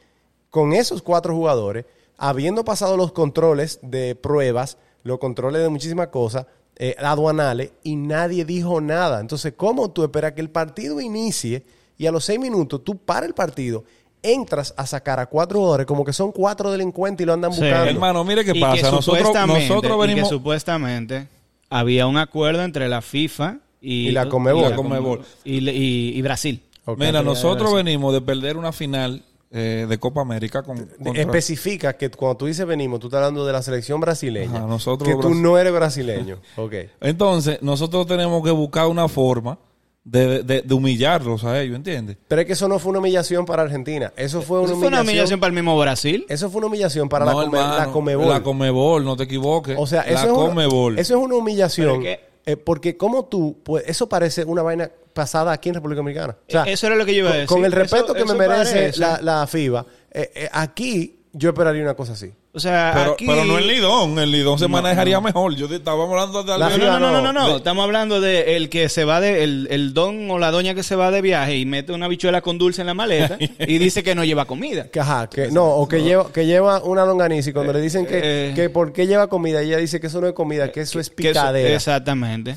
Speaker 1: con esos cuatro jugadores, habiendo pasado los controles de pruebas, los controles de muchísimas cosas, eh, aduanales, y nadie dijo nada. Entonces, ¿cómo tú esperas que el partido inicie y a los seis minutos tú para el partido, entras a sacar a cuatro jugadores como que son cuatro delincuentes y lo andan
Speaker 2: Sí.
Speaker 1: buscando?
Speaker 3: Hermano, mire
Speaker 2: Y
Speaker 3: qué
Speaker 2: que
Speaker 3: pasa. nosotros,
Speaker 2: supuestamente-
Speaker 3: nosotros
Speaker 2: y que
Speaker 3: venimos...
Speaker 2: supuestamente había un acuerdo entre la FIFA y,
Speaker 1: Y la Conmebol.
Speaker 2: y,
Speaker 1: Y la
Speaker 3: Conmebol.
Speaker 2: y le- y- y Brasil.
Speaker 1: Ok.
Speaker 3: Mira, nosotros venimos de perder una final eh, de Copa América con... contra-
Speaker 1: Especifica que cuando tú dices venimos, tú estás hablando de la selección brasileña.
Speaker 3: Ajá, nosotros
Speaker 1: que tú
Speaker 3: Brasil-
Speaker 1: no eres
Speaker 3: [laughs]
Speaker 1: brasileño. Ok.
Speaker 3: Entonces, nosotros tenemos que buscar una forma de, de- de humillarlos a ellos, ¿entiendes?
Speaker 1: Pero es que eso no fue una humillación para Argentina. Eso fue una Eh,
Speaker 2: Eso fue una humillación para el mismo Brasil.
Speaker 1: Eso fue una humillación para
Speaker 3: No,
Speaker 1: la, come-
Speaker 3: hermano,
Speaker 1: la Comebol.
Speaker 3: La Comebol, no te equivoques.
Speaker 1: o sea,
Speaker 3: la
Speaker 1: eso, es una,
Speaker 3: Comebol.
Speaker 1: eso es una humillación.
Speaker 2: Pero es
Speaker 1: eh, porque como tú, pues eso parece una vaina pasada aquí en República Dominicana. O sea,
Speaker 2: Eh, eso era lo que yo iba a
Speaker 1: con-
Speaker 2: decir.
Speaker 1: Con el respeto
Speaker 2: Eso-
Speaker 1: que me
Speaker 2: eso
Speaker 1: merece
Speaker 2: parece.
Speaker 1: la, la FIBA, eh, eh, aquí yo esperaría una cosa así.
Speaker 2: O sea,
Speaker 3: pero,
Speaker 2: aquí...
Speaker 3: pero no el Lidón, el Lidón se manejaría mejor. Yo te- estaba hablando de
Speaker 1: La
Speaker 2: No,
Speaker 3: algo-
Speaker 2: no, no, no, no, no.
Speaker 1: De-
Speaker 2: Estamos hablando de el que se va de el, el don o la doña que se va de viaje y mete una bichuela con dulce en la
Speaker 3: [laughs]
Speaker 2: maleta y dice que no lleva comida.
Speaker 1: Que, ajá, que no, o que lleva, que lleva una longaniza y cuando le dicen que,
Speaker 2: eh.
Speaker 1: que por qué lleva comida, ella dice que eso no es comida, que eso es
Speaker 2: Que eso-
Speaker 1: picadera.
Speaker 2: exactamente.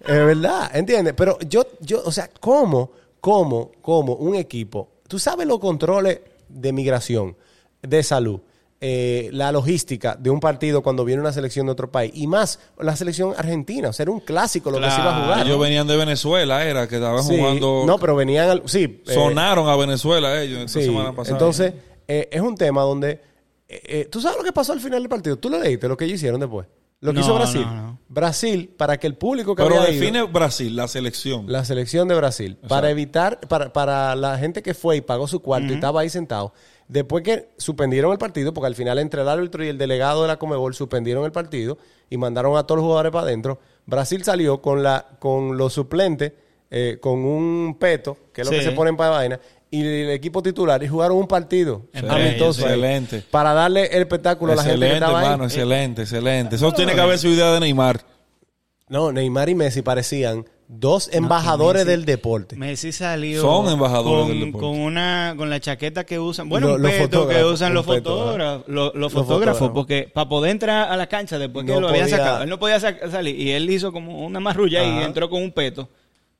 Speaker 1: Es verdad, ¿entiendes? Pero yo, yo, o sea, ¿cómo, cómo, cómo un equipo, tú sabes los controles de migración, de salud, eh, la logística de un partido cuando viene una selección de otro país y más la selección argentina, o sea, era un clásico lo que se iba a jugar.
Speaker 3: Ellos venían de Venezuela, era que estaban
Speaker 1: Ah, Sí,
Speaker 3: jugando.
Speaker 1: No, pero venían, al- sí. eh,
Speaker 3: sonaron a Venezuela ellos esta
Speaker 1: sí,
Speaker 3: semana pasada.
Speaker 1: entonces, eh, es un tema donde, eh, eh, tú sabes lo que pasó al final del partido, tú lo leíste, lo que ellos hicieron después, lo que
Speaker 2: No,
Speaker 1: hizo Brasil.
Speaker 2: no, no.
Speaker 1: Brasil, para que el público que
Speaker 3: pero
Speaker 1: había ido-
Speaker 3: define Brasil, la selección.
Speaker 1: la selección de Brasil. Para evitar, para, para la gente que fue y pagó su cuarto y estaba ahí sentado, después que suspendieron el partido, porque al final entre el árbitro y el delegado de la Comebol suspendieron el partido y mandaron a todos los jugadores para adentro, Brasil salió con, la, con los suplentes, eh, con un peto, que es lo que
Speaker 2: Sí.
Speaker 1: se ponen para vaina, y el equipo titular y jugaron un partido
Speaker 2: Entre
Speaker 1: amistoso
Speaker 3: ellos,
Speaker 1: ahí,
Speaker 3: excelente.
Speaker 1: para darle el espectáculo a la gente que
Speaker 3: excelente,
Speaker 1: estaba ahí. eh.
Speaker 3: hermano, excelente, excelente. Eso tiene que haber sido idea de Neymar.
Speaker 1: No, Neymar y Messi parecían dos embajadores del deporte.
Speaker 2: Messi salió
Speaker 3: Son embajadores
Speaker 2: con,
Speaker 3: del deporte.
Speaker 2: con una con la chaqueta que usan, bueno,
Speaker 1: Lo-
Speaker 2: un
Speaker 1: los
Speaker 2: peto que
Speaker 1: fotógrafos,
Speaker 2: usan
Speaker 1: un
Speaker 2: los
Speaker 1: peto,
Speaker 2: fotógrafos, lo- los, fotógrafos,
Speaker 1: fotógrafos.
Speaker 2: porque para poder entrar a la cancha después que
Speaker 1: No
Speaker 2: lo habían
Speaker 1: podía-
Speaker 2: sacado, él no podía sa- salir y él hizo como una marrulla y entró con un peto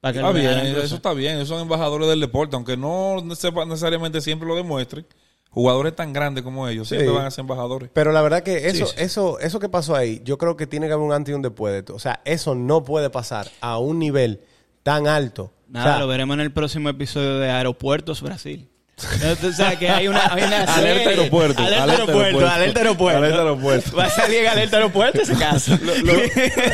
Speaker 2: para que
Speaker 3: Está
Speaker 2: lo
Speaker 3: Ah, bien,
Speaker 2: dejaran
Speaker 3: eso
Speaker 2: cruzar.
Speaker 3: está bien. Esos son embajadores del deporte, aunque no sepa- necesariamente siempre lo demuestren. Jugadores tan grandes como ellos siempre
Speaker 1: Sí.
Speaker 3: van a ser embajadores.
Speaker 1: Pero la verdad que eso,
Speaker 3: Sí, sí.
Speaker 1: eso, eso que pasó ahí, yo creo que tiene que haber un antes y un después de esto. O sea, eso no puede pasar a un nivel tan alto.
Speaker 2: Nada,
Speaker 1: O sea,
Speaker 2: lo veremos en el próximo episodio de Aeropuertos Brasil. Tú sabes que hay una, hay una serie-
Speaker 3: [laughs] Alerta aeropuerto,
Speaker 2: Alerta,
Speaker 3: alerta
Speaker 2: aeropuerto,
Speaker 3: aeropuerto.
Speaker 2: alerta aeropuerto.
Speaker 3: Alerta aeropuerto.
Speaker 2: Va a salir en alerta aeropuerto ese
Speaker 3: [laughs]
Speaker 2: caso.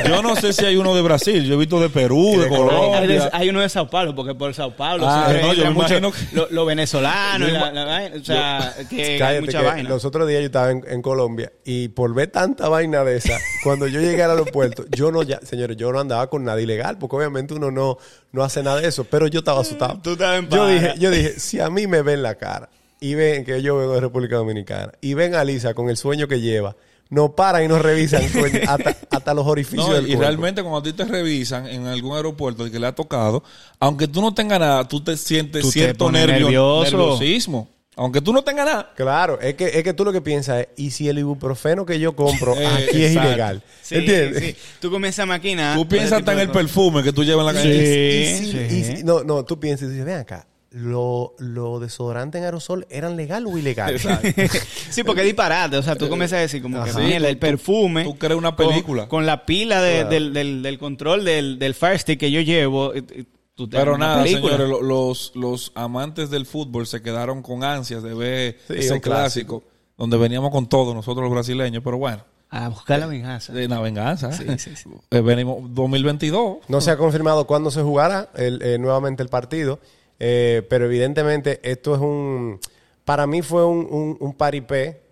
Speaker 3: Yo no sé si hay uno de Brasil, yo he visto de Perú, de
Speaker 2: Hay, hay-
Speaker 3: Colombia.
Speaker 2: hay uno de Sao Paulo, porque por Sao Paulo
Speaker 3: Ah,
Speaker 2: siempre
Speaker 3: no, yo me
Speaker 2: entran
Speaker 3: imagino
Speaker 2: mucho
Speaker 3: que-
Speaker 2: lo- los venezolanos, y la, la vaina, o sea, que hay
Speaker 1: cállate
Speaker 2: mucha
Speaker 1: que
Speaker 2: vaina.
Speaker 1: los otros días yo estaba en, en Colombia y por ver tanta vaina de esa, cuando yo llegué al aeropuerto, yo no, ya, señores, yo no andaba con nada ilegal, porque obviamente uno no, no hace nada de eso, pero yo estaba asustado.
Speaker 2: Tú estabas en
Speaker 1: yo
Speaker 2: para.
Speaker 1: dije, yo dije, si a mí me ven la cara y ven que yo vengo de República Dominicana y ven a Lisa con el sueño que lleva, no paran y nos revisan coño, hasta, hasta los orificios
Speaker 3: No,
Speaker 1: del
Speaker 3: y
Speaker 1: cuerpo.
Speaker 3: realmente cuando a ti te revisan en algún aeropuerto el que le ha tocado, aunque tú no tengas nada, tú te sientes
Speaker 2: Tú te
Speaker 3: cierto
Speaker 2: pones
Speaker 3: nervio,
Speaker 2: nervioso.
Speaker 3: nerviosismo. Aunque tú no tengas nada.
Speaker 1: Claro, es que, es que tú lo que piensas es, ¿y si el ibuprofeno que yo
Speaker 2: [laughs]
Speaker 1: compro
Speaker 3: Eh,
Speaker 1: aquí es
Speaker 3: exacto.
Speaker 1: ilegal?
Speaker 2: Sí,
Speaker 1: ¿Entiendes?
Speaker 2: sí. Tú comienzas a maquinar.
Speaker 3: Tú piensas hasta en el perfume que tú llevas en la calle.
Speaker 2: Ah,
Speaker 1: [laughs] Y
Speaker 2: Sí.
Speaker 1: si- y
Speaker 2: sí.
Speaker 1: si- no, no, tú piensas y dices, ven acá, ¿lo, lo desodorante en aerosol eran legal o ilegal?
Speaker 2: [laughs] sí, porque es disparate. O sea, tú comienzas a decir como que
Speaker 1: Ajá.
Speaker 2: mierda, el perfume.
Speaker 3: tú creas una
Speaker 2: con-
Speaker 3: película.
Speaker 2: Con, la pila de- del, del- del control del, del Fire Stick que yo llevo. eh, eh, tú tengas
Speaker 3: Pero
Speaker 2: una
Speaker 3: nada,
Speaker 2: película.
Speaker 3: señores, lo- los, los amantes del fútbol se quedaron con ansias de ver
Speaker 1: Sí,
Speaker 3: ese
Speaker 1: un clásico.
Speaker 3: clásico, donde veníamos con todos nosotros los brasileños, pero bueno,
Speaker 2: A buscar la venganza.
Speaker 3: de una venganza. ¿eh?
Speaker 2: Sí, sí, sí.
Speaker 3: Eh, venimos 2022.
Speaker 1: No se ha confirmado cuándo se jugará el- eh, nuevamente el partido, eh, pero evidentemente esto es un... Para mí fue un, un, un paripé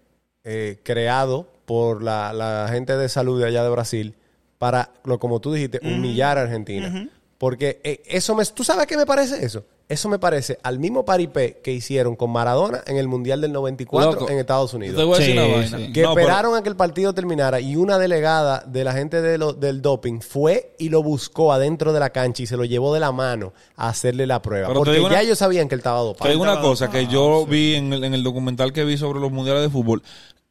Speaker 1: eh, creado por la, la gente de salud de allá de Brasil para, lo, como tú dijiste, humillar a Argentina. Porque eh, eso me... ¿Tú sabes qué me parece eso? Eso me parece al mismo paripé que hicieron con Maradona en el Mundial del 94
Speaker 3: Loco,
Speaker 1: en Estados
Speaker 3: Te
Speaker 1: Unidos.
Speaker 3: voy a decir
Speaker 2: Sí,
Speaker 3: una vaina.
Speaker 2: sí.
Speaker 1: Que
Speaker 3: No, pero-
Speaker 1: esperaron a que el partido terminara y una delegada de la gente de lo- del doping fue y lo buscó adentro de la cancha y se lo llevó de la mano a hacerle la prueba.
Speaker 3: Pero te
Speaker 1: porque ya
Speaker 3: digo una-
Speaker 1: ellos sabían que él estaba
Speaker 3: Te
Speaker 1: dopado.
Speaker 3: digo una cosa que yo vi en el, en el documental que vi sobre los mundiales de fútbol.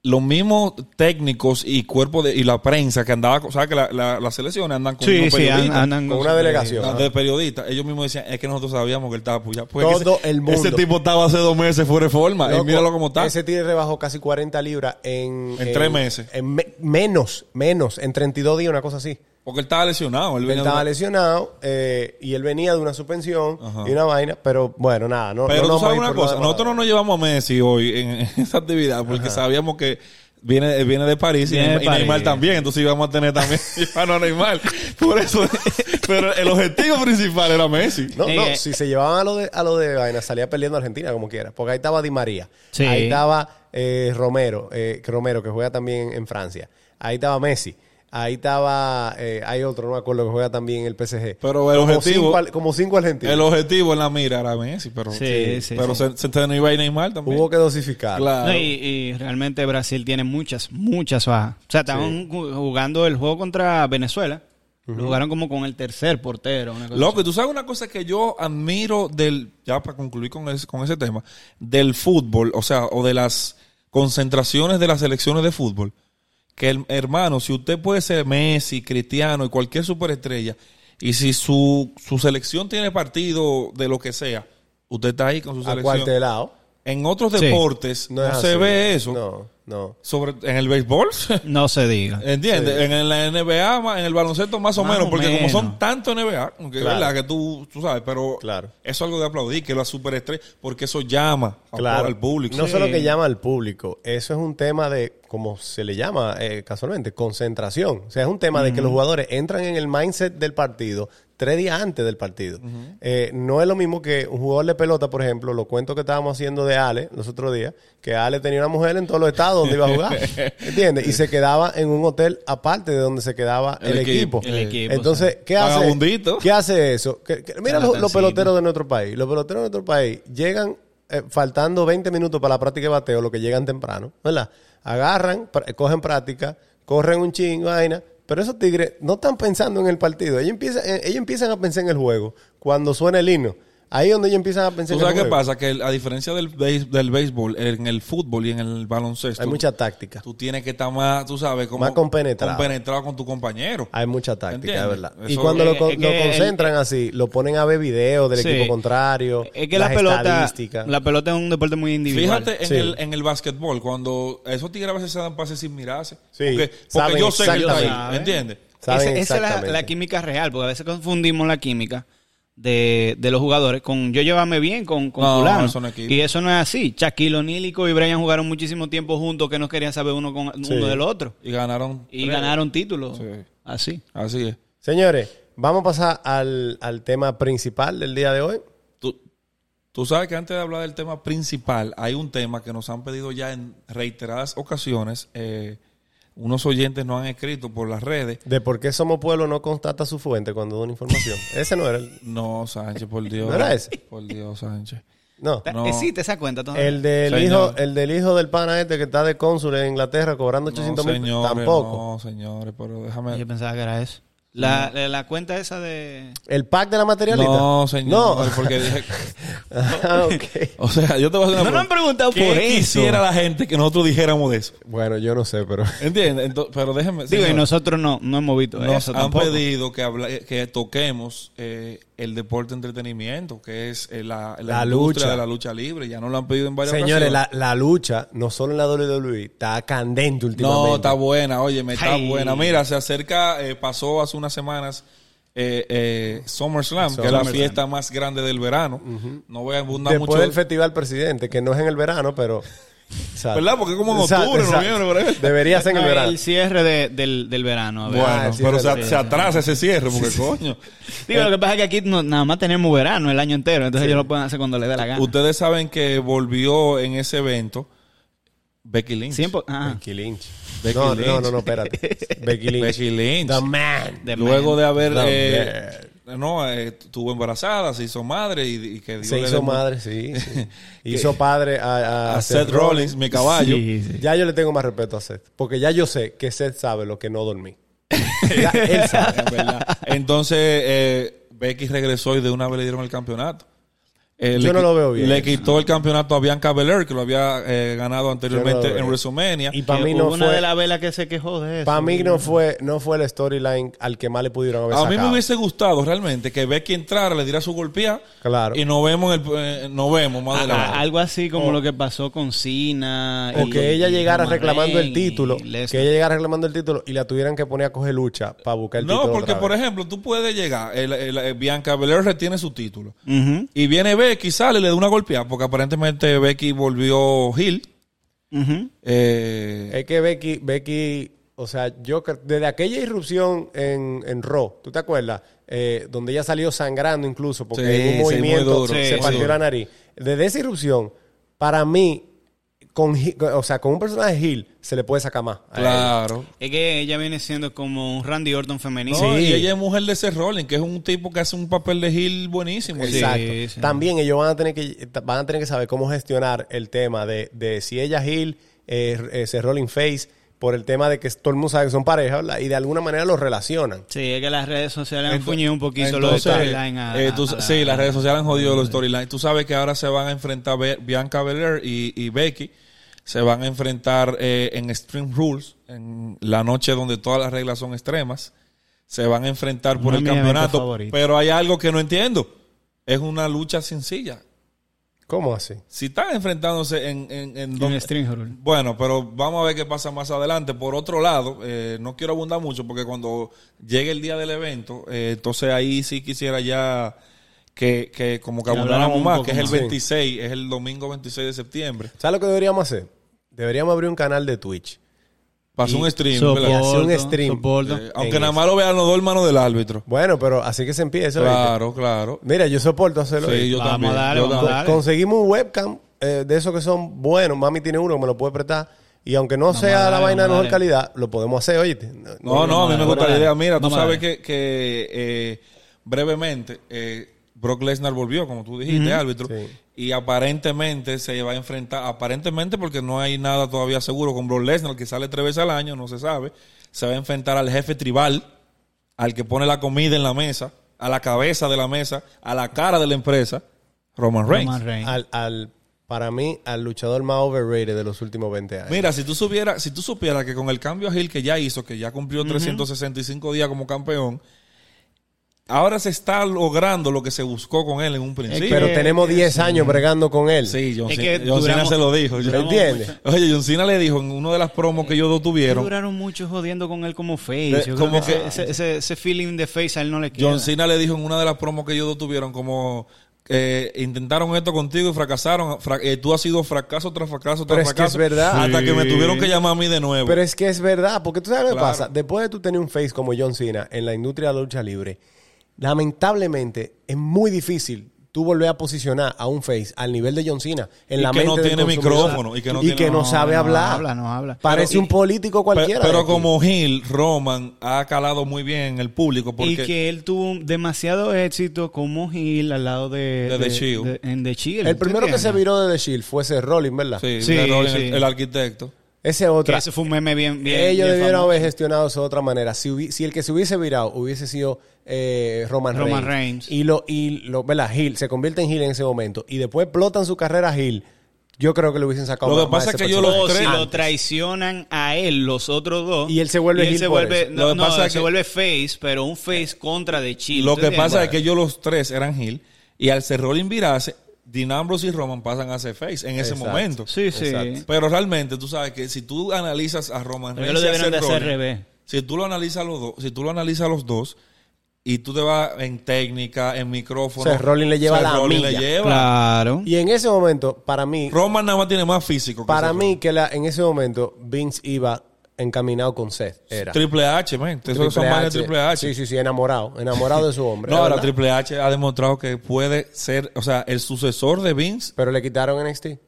Speaker 3: Los mismos técnicos y cuerpo de, y la prensa que andaba, o sea, que la, la, las selecciones andan con
Speaker 2: Sí,
Speaker 3: unos
Speaker 2: sí,
Speaker 3: periodistas,
Speaker 2: an- andan
Speaker 1: con una delegación.
Speaker 3: andan de periodistas. Ellos mismos decían, es que nosotros sabíamos que él estaba puya. Pues
Speaker 1: Todo
Speaker 3: ese-
Speaker 1: el mundo.
Speaker 3: Ese tipo estaba hace dos meses fuera de forma.
Speaker 1: Loco,
Speaker 3: y míralo cómo está.
Speaker 1: Ese tigre rebajó casi 40 libras en...
Speaker 3: En tres meses.
Speaker 1: en me- menos, menos, en 32 días, una cosa así.
Speaker 3: Porque él estaba lesionado. Él
Speaker 1: Él
Speaker 3: venía de
Speaker 1: estaba
Speaker 3: una-
Speaker 1: lesionado eh, y él venía de una suspensión
Speaker 3: Ajá.
Speaker 1: y una vaina, pero bueno, nada. No,
Speaker 3: Pero
Speaker 1: no
Speaker 3: tú
Speaker 1: nos vamos a
Speaker 3: sabes
Speaker 1: ir
Speaker 3: una
Speaker 1: por lo de
Speaker 3: cosa, nosotros no
Speaker 1: Maradona.
Speaker 3: nos llevamos a Messi hoy en, en [laughs] esa actividad porque sabíamos que viene, viene de París y
Speaker 2: Viene de
Speaker 3: Neymar- y, Neymar
Speaker 2: París.
Speaker 3: también, entonces íbamos a tener también [laughs] a Neymar. Por eso, [laughs] pero el objetivo principal era Messi.
Speaker 1: No,
Speaker 2: Eh,
Speaker 1: no,
Speaker 2: eh.
Speaker 1: si se llevaban a lo de, a lo de vaina, salía perdiendo Argentina como quiera. Porque ahí estaba Di María.
Speaker 2: Sí.
Speaker 1: Ahí estaba eh, Romero, eh, Romero, que juega también en Francia. Ahí estaba Messi. Ahí estaba, eh, hay otro, no me acuerdo, que juega también en el PSG.
Speaker 3: Pero el
Speaker 1: como
Speaker 3: objetivo-
Speaker 1: Cinco, al- como cinco argentinos.
Speaker 3: El objetivo en la mira era Messi, pero,
Speaker 2: Sí, sí,
Speaker 3: pero
Speaker 2: sí.
Speaker 3: Se, se te no iba a ir Neymar también.
Speaker 1: Hubo que dosificar.
Speaker 3: claro.
Speaker 2: No, y, y realmente Brasil tiene muchas, muchas bajas. O sea, estaban ju- jugando el juego contra Venezuela. Lo jugaron como con el tercer portero. Una cosa
Speaker 3: Loco, y tú sabes una cosa que yo admiro del, ya para concluir con, es- con ese tema, del fútbol, o sea, o de las concentraciones de las selecciones de fútbol. Que el, hermano, si usted puede ser Messi, Cristiano y cualquier superestrella, y si su, su selección tiene partido de lo que sea, usted está ahí con su selección.
Speaker 1: Acuartelado.
Speaker 3: En otros
Speaker 2: Sí.
Speaker 3: deportes no,
Speaker 1: es
Speaker 3: se
Speaker 1: así.
Speaker 3: ve eso.
Speaker 1: No, no.
Speaker 3: Sobre, en el béisbol,
Speaker 2: así. No se diga.
Speaker 3: ¿Entiendes? En, en la NBA, ma- en el baloncesto más o
Speaker 2: Más
Speaker 3: menos,
Speaker 2: o
Speaker 3: porque
Speaker 2: menos.
Speaker 3: como son tanto NBA, aunque
Speaker 1: Claro.
Speaker 3: es verdad que tú, tú sabes, pero
Speaker 1: Claro.
Speaker 3: eso es algo de aplaudir, que la superestrella, porque eso llama a-
Speaker 1: Claro.
Speaker 3: al público.
Speaker 1: No
Speaker 3: Sí.
Speaker 1: solo que llama al público, eso es un tema de, como se le llama eh, casualmente, concentración. O sea, es un tema de que los jugadores entran en el mindset del partido tres días antes del partido. Eh, no es lo mismo que un jugador de pelota, por ejemplo, lo cuento que estábamos haciendo de Ale los otros días, que Ale tenía una mujer en todos los estados donde iba a jugar. ¿Entiendes? Y se quedaba en un hotel aparte de donde se quedaba el,
Speaker 3: El
Speaker 1: equipo.
Speaker 3: equipo.
Speaker 2: El equipo,
Speaker 1: Entonces, ¿qué hace?
Speaker 3: Vagabundito.
Speaker 1: ¿Qué hace eso? Que- que- mira los, los
Speaker 2: Charlatancito.
Speaker 1: peloteros de nuestro país. Los peloteros de nuestro país llegan eh, faltando 20 minutos para la práctica de bateo, lo que llegan temprano, ¿verdad? Agarran, pr- cogen práctica, corren un chingo, vaina. Pero esos tigres no están pensando en el partido. Ellos empiezan, eh, ellos empiezan a pensar en el juego cuando suena el himno. Ahí es donde ellos empiezan a pensar en
Speaker 3: ¿Tú
Speaker 1: el
Speaker 3: sabes qué
Speaker 1: juego.
Speaker 3: pasa? Que el- a diferencia del, béis- del béisbol, en el fútbol y en el baloncesto,
Speaker 1: Hay mucha táctica.
Speaker 3: tú tienes que estar más, tú sabes, como
Speaker 1: Más compenetrado.
Speaker 3: compenetrado con tu compañero.
Speaker 1: Hay mucha táctica, de
Speaker 3: ¿Entiendes?
Speaker 1: verdad. Y
Speaker 3: Eso-
Speaker 1: cuando lo,
Speaker 2: Eh,
Speaker 1: con-
Speaker 2: es
Speaker 1: lo
Speaker 2: que el-
Speaker 1: concentran así, lo ponen a ver videos del
Speaker 2: Sí.
Speaker 1: equipo contrario,
Speaker 2: Es que
Speaker 1: las
Speaker 2: la pelota,
Speaker 1: estadísticas.
Speaker 2: la pelota es un deporte muy individual.
Speaker 3: Fíjate en,
Speaker 1: Sí.
Speaker 3: el, en el básquetbol, cuando esos tigres a veces se dan pases sin mirarse.
Speaker 1: Sí,
Speaker 3: Porque,
Speaker 1: saben
Speaker 3: porque yo sé que él está ahí,
Speaker 1: exactamente.
Speaker 3: ¿entiendes?
Speaker 1: Saben
Speaker 2: Esa- esa es la- la,
Speaker 1: exactamente.
Speaker 2: química real, porque a veces confundimos la química de, de los jugadores con yo llevarme bien con, con
Speaker 3: No,
Speaker 2: fulano.
Speaker 3: eso no es química.
Speaker 2: y eso no es así. Shaquille O'Neal y Kobe Bryant jugaron muchísimo tiempo juntos que no querían saber uno con
Speaker 1: Sí.
Speaker 2: uno del otro.
Speaker 3: Y ganaron.
Speaker 2: Y ganaron títulos.
Speaker 3: Sí.
Speaker 2: Así.
Speaker 3: Así es.
Speaker 1: Señores, vamos a pasar al, al tema principal del día de hoy.
Speaker 3: Tú, tú sabes que antes de hablar del tema principal, hay un tema que nos han pedido ya en reiteradas ocasiones. eh, unos oyentes nos han escrito por las redes.
Speaker 1: De por qué Somos Pueblo no constata su fuente cuando da una
Speaker 3: [laughs]
Speaker 1: información. Ese no era el.
Speaker 3: No, Sánchez,
Speaker 1: [laughs]
Speaker 3: por Dios.
Speaker 1: ¿No era ese?
Speaker 3: Por Dios, Sánchez.
Speaker 1: No.
Speaker 2: Ta-
Speaker 3: No.
Speaker 2: ¿Existe esa cuenta? Tony?
Speaker 1: El del,
Speaker 3: Señor.
Speaker 1: hijo, el del hijo del pana este que está de cónsul en Inglaterra cobrando
Speaker 3: No,
Speaker 1: 800 mil.
Speaker 3: señores,
Speaker 1: Tampoco.
Speaker 3: no, señores, pero déjame.
Speaker 2: Yo pensaba que era eso. La, la- la cuenta esa de...
Speaker 1: El pack de la materialita.
Speaker 3: No, señor,
Speaker 1: No.
Speaker 3: porque dije.
Speaker 1: [laughs] Ah, ok.
Speaker 3: O sea, yo te voy a hacer una
Speaker 2: No nos han preguntado
Speaker 3: ¿Qué
Speaker 2: por eso.
Speaker 3: quisiera la gente que nosotros dijéramos de eso?
Speaker 1: Bueno, yo no sé, pero.
Speaker 3: ¿Entiendes? Ento- pero déjeme.
Speaker 2: Digo, y
Speaker 3: señor,
Speaker 2: nosotros no, no hemos visto
Speaker 3: nos
Speaker 2: eso
Speaker 3: han
Speaker 2: tampoco.
Speaker 3: pedido que, habla- que toquemos eh, el deporte de entretenimiento, que es eh, la,
Speaker 1: La
Speaker 3: la industria
Speaker 1: lucha.
Speaker 3: de la lucha libre. Ya nos lo han pedido en varias
Speaker 1: [laughs] Señores,
Speaker 3: ocasiones.
Speaker 1: la, la lucha, no solo en la WWE, está candente últimamente.
Speaker 3: No, está buena, oye, me está
Speaker 2: Ay.
Speaker 3: buena. Mira, se acerca, eh, pasó hace unas semanas eh, eh, SummerSlam, que es la
Speaker 1: SummerSlam.
Speaker 3: fiesta más grande del verano. No voy a abundar
Speaker 1: Después
Speaker 3: mucho.
Speaker 1: del Festival Presidente, que no es en el verano, pero... Exacto.
Speaker 3: ¿Verdad? Porque es como en octubre, noviembre, por ahí.
Speaker 1: Debería ser en el
Speaker 2: No,
Speaker 1: verano.
Speaker 2: el cierre de- del, del verano. a ver.
Speaker 3: Bueno,
Speaker 1: Ah, sí,
Speaker 3: pero
Speaker 1: sí,
Speaker 3: se,
Speaker 1: sí,
Speaker 3: se atrasa ese cierre, porque coño.
Speaker 2: Digo, lo que pasa es que aquí no- nada más tenemos verano el año entero, entonces ellos lo pueden hacer cuando les dé la gana.
Speaker 3: Ustedes saben que volvió en ese evento Becky Lynch.
Speaker 2: Siempre- ah,
Speaker 1: Becky Lynch.
Speaker 3: Becky
Speaker 1: no,
Speaker 3: Lynch.
Speaker 1: no, no, no,
Speaker 3: [laughs]
Speaker 1: espérate. Becky Lynch.
Speaker 3: Becky Lynch.
Speaker 1: The man.
Speaker 2: de
Speaker 3: Luego
Speaker 2: man.
Speaker 3: de haber.
Speaker 1: No,
Speaker 3: eh, no, eh, estuvo embarazada, se hizo madre y, y que Dios
Speaker 1: Se
Speaker 3: le
Speaker 1: hizo
Speaker 3: dé mu-
Speaker 1: madre, sí. sí.
Speaker 3: [laughs]
Speaker 1: Hizo padre a, a
Speaker 3: A Seth Rollins, mi caballo.
Speaker 2: Sí, sí.
Speaker 1: Ya yo le tengo más respeto a Seth. Porque ya yo sé que Seth sabe lo que no
Speaker 3: [laughs]
Speaker 1: dormí. Ya él sabe.
Speaker 3: Es verdad.
Speaker 1: [laughs]
Speaker 3: Entonces, eh, Becky regresó y de una vez le dieron el campeonato. Eh,
Speaker 1: Yo
Speaker 3: le
Speaker 1: no
Speaker 3: qui-
Speaker 1: lo veo bien.
Speaker 3: Le quitó el campeonato a Bianca Belair, que lo había eh, ganado anteriormente
Speaker 1: veo
Speaker 3: en
Speaker 1: bien.
Speaker 3: WrestleMania.
Speaker 1: Y para
Speaker 2: Que
Speaker 1: mí
Speaker 2: hubo
Speaker 1: no
Speaker 2: una de
Speaker 1: fue...
Speaker 2: las velas que se quejó de eso.
Speaker 1: Para mí no fue, no fue el storyline al que más le pudieron haber
Speaker 3: A mí me
Speaker 1: sacado.
Speaker 3: hubiese gustado realmente que Becky entrara, le diera su golpea.
Speaker 1: Claro.
Speaker 3: Y nos vemos, en el, eh, nos vemos más
Speaker 2: Ah,
Speaker 3: adelante.
Speaker 2: algo así como lo que pasó con Cena.
Speaker 1: Oh. O
Speaker 2: y-
Speaker 1: que ella
Speaker 2: y
Speaker 1: llegara
Speaker 2: Roman
Speaker 1: reclamando el
Speaker 2: Reigns
Speaker 1: título.
Speaker 2: y
Speaker 1: Que
Speaker 2: Lesnar.
Speaker 1: ella llegara reclamando el título y la tuvieran que poner a coger lucha para buscar el título.
Speaker 3: no, porque
Speaker 1: otra
Speaker 3: por
Speaker 1: vez.
Speaker 3: ejemplo, tú puedes llegar, el- el- el Bianca Belair retiene su título.
Speaker 2: Ujú,
Speaker 3: Y viene Becky, sale, le da una golpeada, porque aparentemente Becky volvió heel.
Speaker 2: ujú.
Speaker 3: Eh,
Speaker 1: Es que Becky, Becky, o sea, yo cre- desde aquella irrupción en, en Raw, ¿tú te acuerdas? Eh, donde ella salió sangrando incluso, porque
Speaker 3: Sí,
Speaker 1: en un
Speaker 3: sí,
Speaker 1: movimiento
Speaker 3: muy duro,
Speaker 1: se
Speaker 2: sí,
Speaker 1: partió
Speaker 3: sí.
Speaker 1: la nariz. Desde esa irrupción, para mí, con, he- con- o sea, con un personaje heel se le puede sacar más. a ella.
Speaker 3: claro.
Speaker 2: Es que ella viene siendo como un Randy Orton femenino.
Speaker 3: No, Y ella es mujer de Seth Rollins, que es un tipo que hace un papel de Gil buenísimo.
Speaker 2: Sí.
Speaker 1: Exacto.
Speaker 2: sí.
Speaker 1: También ellos van a tener que van a tener que saber cómo gestionar el tema de, de si ella es heel, eh, eh, se rolling face, por el tema de que todo el mundo sabe que son pareja, ¿verdad? y de alguna manera los relacionan.
Speaker 2: Sí, es que las redes sociales han
Speaker 3: Entonces-
Speaker 2: fuñido un poquito los
Speaker 3: entonces,
Speaker 2: storylines. a-
Speaker 3: eh,
Speaker 2: a-
Speaker 3: tú-
Speaker 2: a la-
Speaker 3: sí, las redes sociales han jodido los storylines. Tú sabes que ahora se van a enfrentar Be- Bianca Belair y, y Becky. Se van a enfrentar eh, en Extreme Rules, en la noche donde todas las reglas son extremas. Se van a enfrentar por
Speaker 2: Uno
Speaker 3: el
Speaker 2: de mis eventos
Speaker 3: campeonato.
Speaker 2: favoritos.
Speaker 3: Pero hay algo que no entiendo. Es una lucha sencilla.
Speaker 1: ¿Cómo así?
Speaker 3: Si están enfrentándose en, en, en
Speaker 2: Un
Speaker 3: donde-
Speaker 2: string rule.
Speaker 3: Bueno, pero vamos a ver qué pasa más adelante. Por otro lado, eh, no quiero abundar mucho porque cuando llegue el día del evento, eh, entonces ahí sí quisiera ya que, que como que
Speaker 2: Que habláramos
Speaker 3: abundáramos
Speaker 2: un
Speaker 3: más,
Speaker 2: poco
Speaker 3: que es el
Speaker 2: más.
Speaker 3: 26, es el domingo 26 de septiembre.
Speaker 1: ¿Sabes lo que deberíamos hacer? Deberíamos abrir un canal de Twitch.
Speaker 3: Pasó
Speaker 1: Y
Speaker 3: un stream,
Speaker 1: y hacer
Speaker 3: ¿verdad?
Speaker 1: un
Speaker 2: Soporto,
Speaker 1: stream.
Speaker 2: soporto.
Speaker 3: Eh,
Speaker 1: en
Speaker 3: aunque nada más lo vean los dos hermanos del árbitro.
Speaker 1: Bueno, pero así que se empieza. ¿oíste?
Speaker 3: Claro, claro.
Speaker 1: Mira, yo soporto hacerlo.
Speaker 3: Sí,
Speaker 1: ¿oíste?
Speaker 3: yo
Speaker 2: eh, Vamos a
Speaker 3: también.
Speaker 2: darle,
Speaker 3: yo
Speaker 2: vamos a
Speaker 3: también.
Speaker 2: darle. dale.
Speaker 1: Conseguimos un webcam eh, de esos que son buenos. Mami tiene uno que me lo puede prestar. Y aunque no sea
Speaker 2: a
Speaker 1: la
Speaker 2: darle,
Speaker 1: vaina de
Speaker 2: vamos a
Speaker 1: mejor calidad, lo podemos hacer, oye.
Speaker 3: No, no, a mí me
Speaker 2: Vamos
Speaker 3: gusta
Speaker 2: a
Speaker 3: la
Speaker 2: darle.
Speaker 3: idea. Mira, tú
Speaker 2: Vamos a
Speaker 3: sabes
Speaker 2: darle.
Speaker 3: que, que, eh, brevemente eh, Brock Lesnar volvió, como tú dijiste, árbitro,
Speaker 1: Sí.
Speaker 3: y aparentemente se va a enfrentar, aparentemente porque no hay nada todavía seguro con Brock Lesnar, que sale tres veces al año, no se sabe, se va a enfrentar al jefe tribal, al que pone la comida en la mesa, a la cabeza de la mesa, a la cara de la empresa, Roman Reigns.
Speaker 2: Roman Reigns.
Speaker 1: Al, al, para mí, al luchador más overrated de los últimos 20 años.
Speaker 3: Mira, si tú supieras, si tú supieras que con el cambio a Gil que ya hizo, que ya cumplió 365 días como campeón, ahora se está logrando lo que se buscó con él en un principio.
Speaker 1: pero
Speaker 2: que-
Speaker 1: tenemos 10 años bregando con él.
Speaker 3: eh, sí, John,
Speaker 2: Es
Speaker 3: Cena-
Speaker 2: que
Speaker 3: John Cena
Speaker 2: duramos-
Speaker 3: se lo dijo.
Speaker 1: ¿Me entiendes?
Speaker 3: Oye, John Cena le dijo en una de las promos que ellos dos tuvieron,
Speaker 2: Duraron mucho jodiendo con él como
Speaker 3: Eh,
Speaker 2: face. Yo creo
Speaker 3: como
Speaker 2: que
Speaker 3: que-
Speaker 2: ese, ese- ese feeling de face a él no le queda.
Speaker 3: John Cena le dijo en una de las promos que ellos dos tuvieron como... eh, intentaron esto contigo y fracasaron. Fra- eh, tú has sido fracaso tras fracaso tras
Speaker 1: Pero es que
Speaker 3: fracaso.
Speaker 1: es verdad.
Speaker 3: Hasta que me
Speaker 2: Sí.
Speaker 3: tuvieron que llamar a mí de nuevo.
Speaker 1: Pero es que es verdad, porque tú sabes lo que
Speaker 3: Claro.
Speaker 1: pasa. Después de tú tener un face como John Cena en la industria de la lucha libre, lamentablemente es muy difícil tú volver a posicionar a un face al nivel de John Cena en
Speaker 3: Y
Speaker 1: la
Speaker 3: que
Speaker 1: mente
Speaker 3: no
Speaker 1: del
Speaker 3: tiene
Speaker 1: consumidor.
Speaker 3: micrófono, y que no tiene-
Speaker 1: no
Speaker 2: No,
Speaker 1: sabe
Speaker 2: no
Speaker 1: hablar.
Speaker 2: habla, no habla.
Speaker 1: Parece
Speaker 2: Pero-
Speaker 1: un político
Speaker 3: Pe-
Speaker 1: cualquiera. de
Speaker 3: Pero
Speaker 1: aquí.
Speaker 3: como Gil, Roman ha calado muy bien en el público porque
Speaker 2: Y que él tuvo un- demasiado éxito como Gil al lado de...
Speaker 3: De The Shield.
Speaker 2: de- en The Shield.
Speaker 1: el primero que se
Speaker 2: ¿entiendes?
Speaker 1: viró de The Shield fue ese Rolling, ¿verdad?
Speaker 3: Sí,
Speaker 2: Sí,
Speaker 3: de Rollins,
Speaker 2: sí.
Speaker 3: El, el arquitecto.
Speaker 1: Ese
Speaker 2: Que
Speaker 1: otra.
Speaker 2: ese fue un meme bien... bien
Speaker 1: Ellos
Speaker 2: bien
Speaker 1: debieron
Speaker 2: famoso.
Speaker 1: haber gestionado eso de otra manera. Si, hubi- si el que se hubiese virado hubiese sido eh, Roman,
Speaker 2: Roman
Speaker 1: Reigns.
Speaker 2: Reigns.
Speaker 1: Y lo, y lo, ¿verdad? Hill, se convierte en Hill en ese momento. Y después explotan su carrera Hill. Yo creo que lo hubiesen sacado.
Speaker 3: Lo que
Speaker 1: más- más
Speaker 3: pasa
Speaker 1: de
Speaker 3: es
Speaker 1: ese
Speaker 3: que yo
Speaker 1: personaje.
Speaker 2: O Oh,
Speaker 3: lo-
Speaker 2: si
Speaker 3: Tres
Speaker 2: lo
Speaker 3: antes.
Speaker 2: traicionan a él, los otros dos.
Speaker 1: Y él se vuelve
Speaker 2: y él
Speaker 1: heel
Speaker 2: se
Speaker 1: por
Speaker 2: vuelve,
Speaker 1: eso.
Speaker 2: no,
Speaker 3: Lo que
Speaker 2: no,
Speaker 3: pasa es
Speaker 2: se
Speaker 3: que-
Speaker 2: vuelve face, pero un face contra de Chile.
Speaker 3: Lo que pasa es que ellos los tres eran Gil y al ser Rollins virarse, Dean Ambrose y Roman pasan a ser face en ese
Speaker 1: Exacto.
Speaker 3: momento.
Speaker 2: Sí, sí.
Speaker 1: Exacto.
Speaker 3: Pero realmente tú sabes que si tú analizas a Roman
Speaker 2: Pero
Speaker 3: Reigns
Speaker 2: ellos
Speaker 3: y a
Speaker 2: lo debieron
Speaker 3: Seth
Speaker 2: de hacer
Speaker 3: Rollins,
Speaker 2: revés.
Speaker 3: si tú lo analizas a los dos, si tú lo analizas a los dos Y tú te vas en técnica, en micrófono.
Speaker 1: O sea, Rolling le lleva la
Speaker 3: Rolling
Speaker 1: milla.
Speaker 3: le lleva.
Speaker 2: Claro.
Speaker 1: Y en ese momento, para mí,
Speaker 3: Roman nada más tiene más físico. que
Speaker 1: para
Speaker 3: ese
Speaker 1: mí que la, en ese momento Vince iba encaminado con Seth. Era.
Speaker 3: Rolling. Triple H, man. Esos son más de Triple H.
Speaker 1: Sí, sí, sí, enamorado. Enamorado de su hombre.
Speaker 3: No,
Speaker 1: es
Speaker 3: ahora
Speaker 1: verdad.
Speaker 3: Triple H ha demostrado que puede ser, o sea, el sucesor de Vince.
Speaker 1: Pero le quitaron NXT.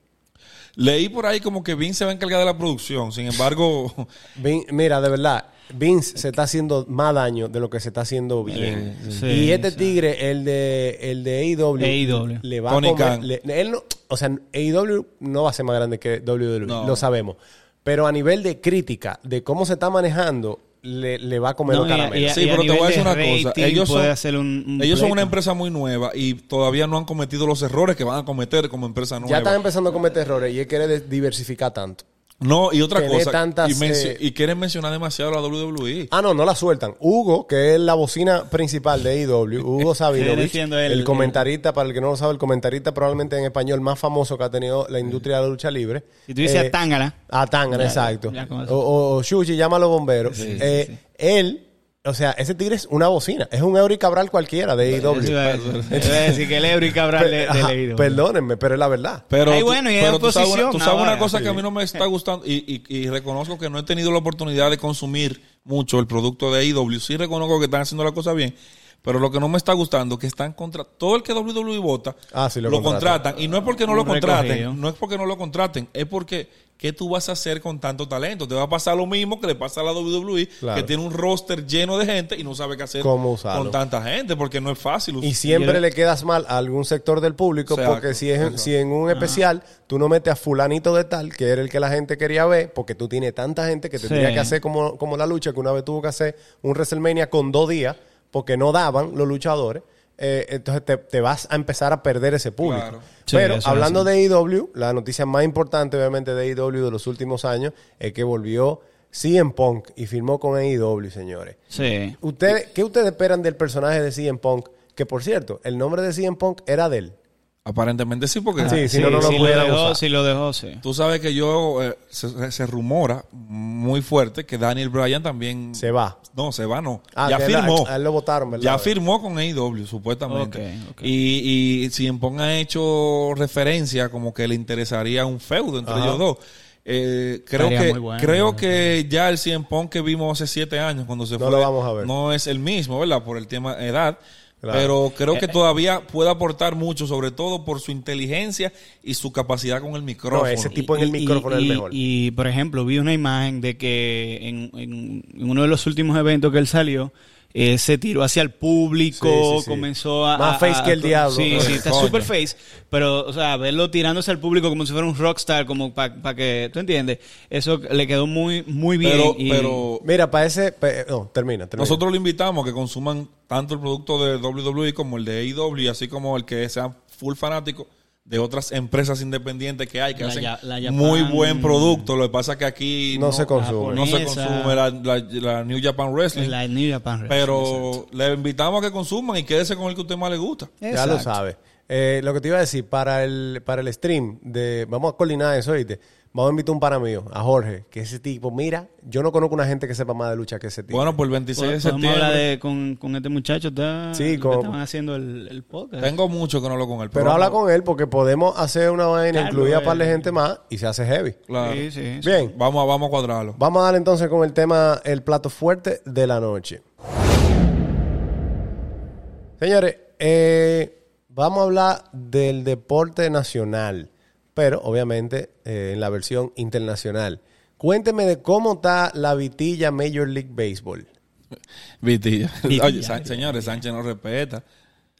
Speaker 3: Leí por ahí como que Vince se va a encargar de la producción. Sin
Speaker 2: [laughs]
Speaker 3: embargo,
Speaker 1: Vin- mira, de verdad, Vince se está haciendo más daño de lo que se está haciendo bien.
Speaker 2: Sí,
Speaker 1: y este
Speaker 2: sí. E
Speaker 1: tigre, el de el de AEW,
Speaker 2: AEW.
Speaker 1: le va
Speaker 3: Tony
Speaker 1: a comer-
Speaker 3: Khan.
Speaker 1: le- él no- o sea, AEW no va a ser más grande que WWE,
Speaker 3: No.
Speaker 1: lo sabemos. Pero a nivel de crítica, de cómo se está manejando, le, le va a comer
Speaker 2: No,
Speaker 1: los
Speaker 2: y a- y
Speaker 1: caramelos.
Speaker 2: a-
Speaker 3: sí, pero te voy a decir una
Speaker 2: nivel de
Speaker 3: cosa.
Speaker 2: rating
Speaker 3: Ellos son,
Speaker 2: puede hacer un- un
Speaker 3: ellos son
Speaker 2: pleito.
Speaker 3: una empresa muy nueva y todavía no han cometido los errores que van a cometer como empresa nueva.
Speaker 1: ya están empezando a cometer errores y él quiere de- diversificar tanto.
Speaker 3: No, y otra
Speaker 1: Tener
Speaker 3: cosa.
Speaker 1: tantas,
Speaker 3: y, mencio-
Speaker 1: eh,
Speaker 3: y quieren mencionar demasiado la WWE.
Speaker 1: Ah, no, no la sueltan. Hugo, que es la bocina principal de IW,
Speaker 2: [laughs]
Speaker 1: Hugo Sabinovich, el,
Speaker 2: diciendo él, el-
Speaker 1: comentarista, para el que no lo sabe, el comentarista probablemente en español más famoso que ha tenido la industria de la lucha libre.
Speaker 2: Si tú dices
Speaker 1: Eh,
Speaker 2: a Tangana,
Speaker 1: A Tangana,
Speaker 2: Ya,
Speaker 1: exacto.
Speaker 2: ya con
Speaker 1: o,
Speaker 2: eso.
Speaker 1: o, o Shushi, llama a los bomberos. Eh, Él, o sea, ese tigre es una bocina. Es un Eury Cabral cualquiera de IW.
Speaker 2: iba a decir iba a decir que el Ebro Cabral de,
Speaker 1: Ajá,
Speaker 2: de E leído.
Speaker 1: Perdónenme, pero es la verdad.
Speaker 3: Pero,
Speaker 2: Ay,
Speaker 3: tú-
Speaker 2: bueno, y es
Speaker 3: pero tú sabes, una,
Speaker 2: oposición
Speaker 3: tú sabes una
Speaker 2: ahora,
Speaker 3: cosa
Speaker 2: sí.
Speaker 3: que a mí no me está gustando y, y- y reconozco que no he tenido la oportunidad de consumir mucho el producto de IW. Sí reconozco que están haciendo la cosa bien, pero lo que no me está gustando que están contra todo el que WWE vota
Speaker 1: Ah, sí, lo contratan.
Speaker 3: contratan y no es porque no
Speaker 2: Un
Speaker 3: lo contraten,
Speaker 2: recogido.
Speaker 3: no es porque no lo contraten, es porque ¿qué tú vas a hacer con tanto talento? Te va a pasar lo mismo que le pasa a la WWE,
Speaker 1: Claro.
Speaker 3: que tiene un roster lleno de gente y no sabe qué hacer
Speaker 1: ¿Cómo usarlo?
Speaker 3: con tanta gente porque no es fácil.
Speaker 1: Y siempre le quedas mal a algún sector del público
Speaker 3: Exacto,
Speaker 1: porque si, es, si en un especial tú no metes a fulanito de tal, que era el que la gente quería ver, porque tú tienes tanta gente que
Speaker 2: Sí.
Speaker 1: tendría que hacer como, como la lucha, que una vez tuvo que hacer un WrestleMania con dos días porque no daban los luchadores. eh, entonces te, te vas a empezar a perder ese público.
Speaker 3: Claro.
Speaker 2: Sí,
Speaker 1: Pero
Speaker 2: eso es
Speaker 1: hablando de IW, la noticia más importante obviamente de IW de los últimos años es que volvió CM Punk y firmó con AEW, señores.
Speaker 2: Sí.
Speaker 1: ¿Ustedes, ¿Qué ustedes esperan del personaje de CM Punk? Que por cierto, el nombre de CM Punk era de él.
Speaker 3: Aparentemente sí, porque
Speaker 1: Sí, si no, no lo
Speaker 2: si
Speaker 1: pudieran
Speaker 2: dejó,
Speaker 1: usar.
Speaker 2: Si lo dejó, sí.
Speaker 3: Tú sabes que yo eh, se, se rumora muy fuerte que Daniel Bryan también
Speaker 1: Se va.
Speaker 3: No, se va no.
Speaker 1: Ah,
Speaker 3: ya
Speaker 1: que era-
Speaker 3: firmó.
Speaker 1: a él lo votaron, ¿verdad?
Speaker 3: ya firmó con AEW supuestamente.
Speaker 2: Ok, ok.
Speaker 3: Y, y CM Punk ha hecho referencia como que le interesaría un feudo entre
Speaker 1: Ajá.
Speaker 3: ellos dos. Eh, creo
Speaker 2: Estaría
Speaker 3: que
Speaker 2: muy bueno.
Speaker 3: creo que ya el CM Punk que vimos hace siete años cuando se
Speaker 1: No
Speaker 3: fue
Speaker 1: lo vamos a ver.
Speaker 3: no es el mismo, ¿verdad? Por el tema edad.
Speaker 1: Claro. Eh,
Speaker 3: Pero creo que todavía puede aportar mucho, sobre todo por su inteligencia y su capacidad con el micrófono.
Speaker 1: No, ese tipo en el micrófono es el mejor.
Speaker 2: Y, por ejemplo, vi una imagen de que en, en- en uno de los últimos eventos que él salió, eh, se tiró hacia el público,
Speaker 1: Sí, sí, sí.
Speaker 2: comenzó a...
Speaker 1: Más
Speaker 2: a-
Speaker 1: face
Speaker 2: a-
Speaker 1: que el diablo.
Speaker 2: Sí, sí, está
Speaker 3: Coño.
Speaker 2: super face. Pero, o sea, verlo tirándose al público como si fuera un rockstar, como para que... ¿Tú entiendes? Eso le quedó muy, muy bien.
Speaker 3: pero,
Speaker 2: y-
Speaker 3: pero
Speaker 1: Mira, para ese... pe- No, termina, termina.
Speaker 3: Nosotros lo invitamos a que consuman tanto el producto de WWE como el de AEW, así como el que sea full fanático de otras empresas independientes que hay, que
Speaker 2: La
Speaker 3: hacen
Speaker 2: ya- la Japan-
Speaker 3: muy buen producto. Lo que pasa es que aquí
Speaker 1: No se consume.
Speaker 3: no se
Speaker 2: Japonesa.
Speaker 3: consume la, la- la New Japan Wrestling,
Speaker 2: La New Japan Wrestling, exacto.
Speaker 3: pero le invitamos a que consuman y quédese con el que a usted más le gusta.
Speaker 1: Ya lo
Speaker 2: Exacto.
Speaker 1: sabe. Eh, lo que te iba a decir, para el, para el stream, de, vamos a coordinar eso, oíste. Vamos a invitar un pana mío, a Jorge, que ese tipo, mira, yo no conozco una gente que sepa más de lucha que ese tipo.
Speaker 3: Bueno, por el 26 de
Speaker 2: Podemos hablar
Speaker 3: septiembre.
Speaker 2: de, con, con este muchacho, está,
Speaker 1: Sí,
Speaker 2: lo que
Speaker 1: con-
Speaker 2: estaban haciendo el, el podcast.
Speaker 3: Tengo mucho que no hablo con él.
Speaker 1: Pero
Speaker 3: vamos-
Speaker 1: habla con él porque podemos hacer una vaina,
Speaker 2: Claro,
Speaker 1: incluida
Speaker 2: eh.
Speaker 1: para la gente más, y se hace heavy.
Speaker 3: Claro.
Speaker 2: Sí, sí, sí.
Speaker 1: Bien,
Speaker 3: Vamos, a- vamos a cuadrarlo.
Speaker 1: vamos a dar entonces con el tema, el plato fuerte de la noche. Señores, eh, vamos a hablar del deporte nacional, pero obviamente eh, en la versión internacional. Cuénteme de cómo está la vitilla Major League Baseball.
Speaker 3: Vitilla.
Speaker 2: Vitilla.
Speaker 3: Oye, Sa- señores, Sánchez no respeta.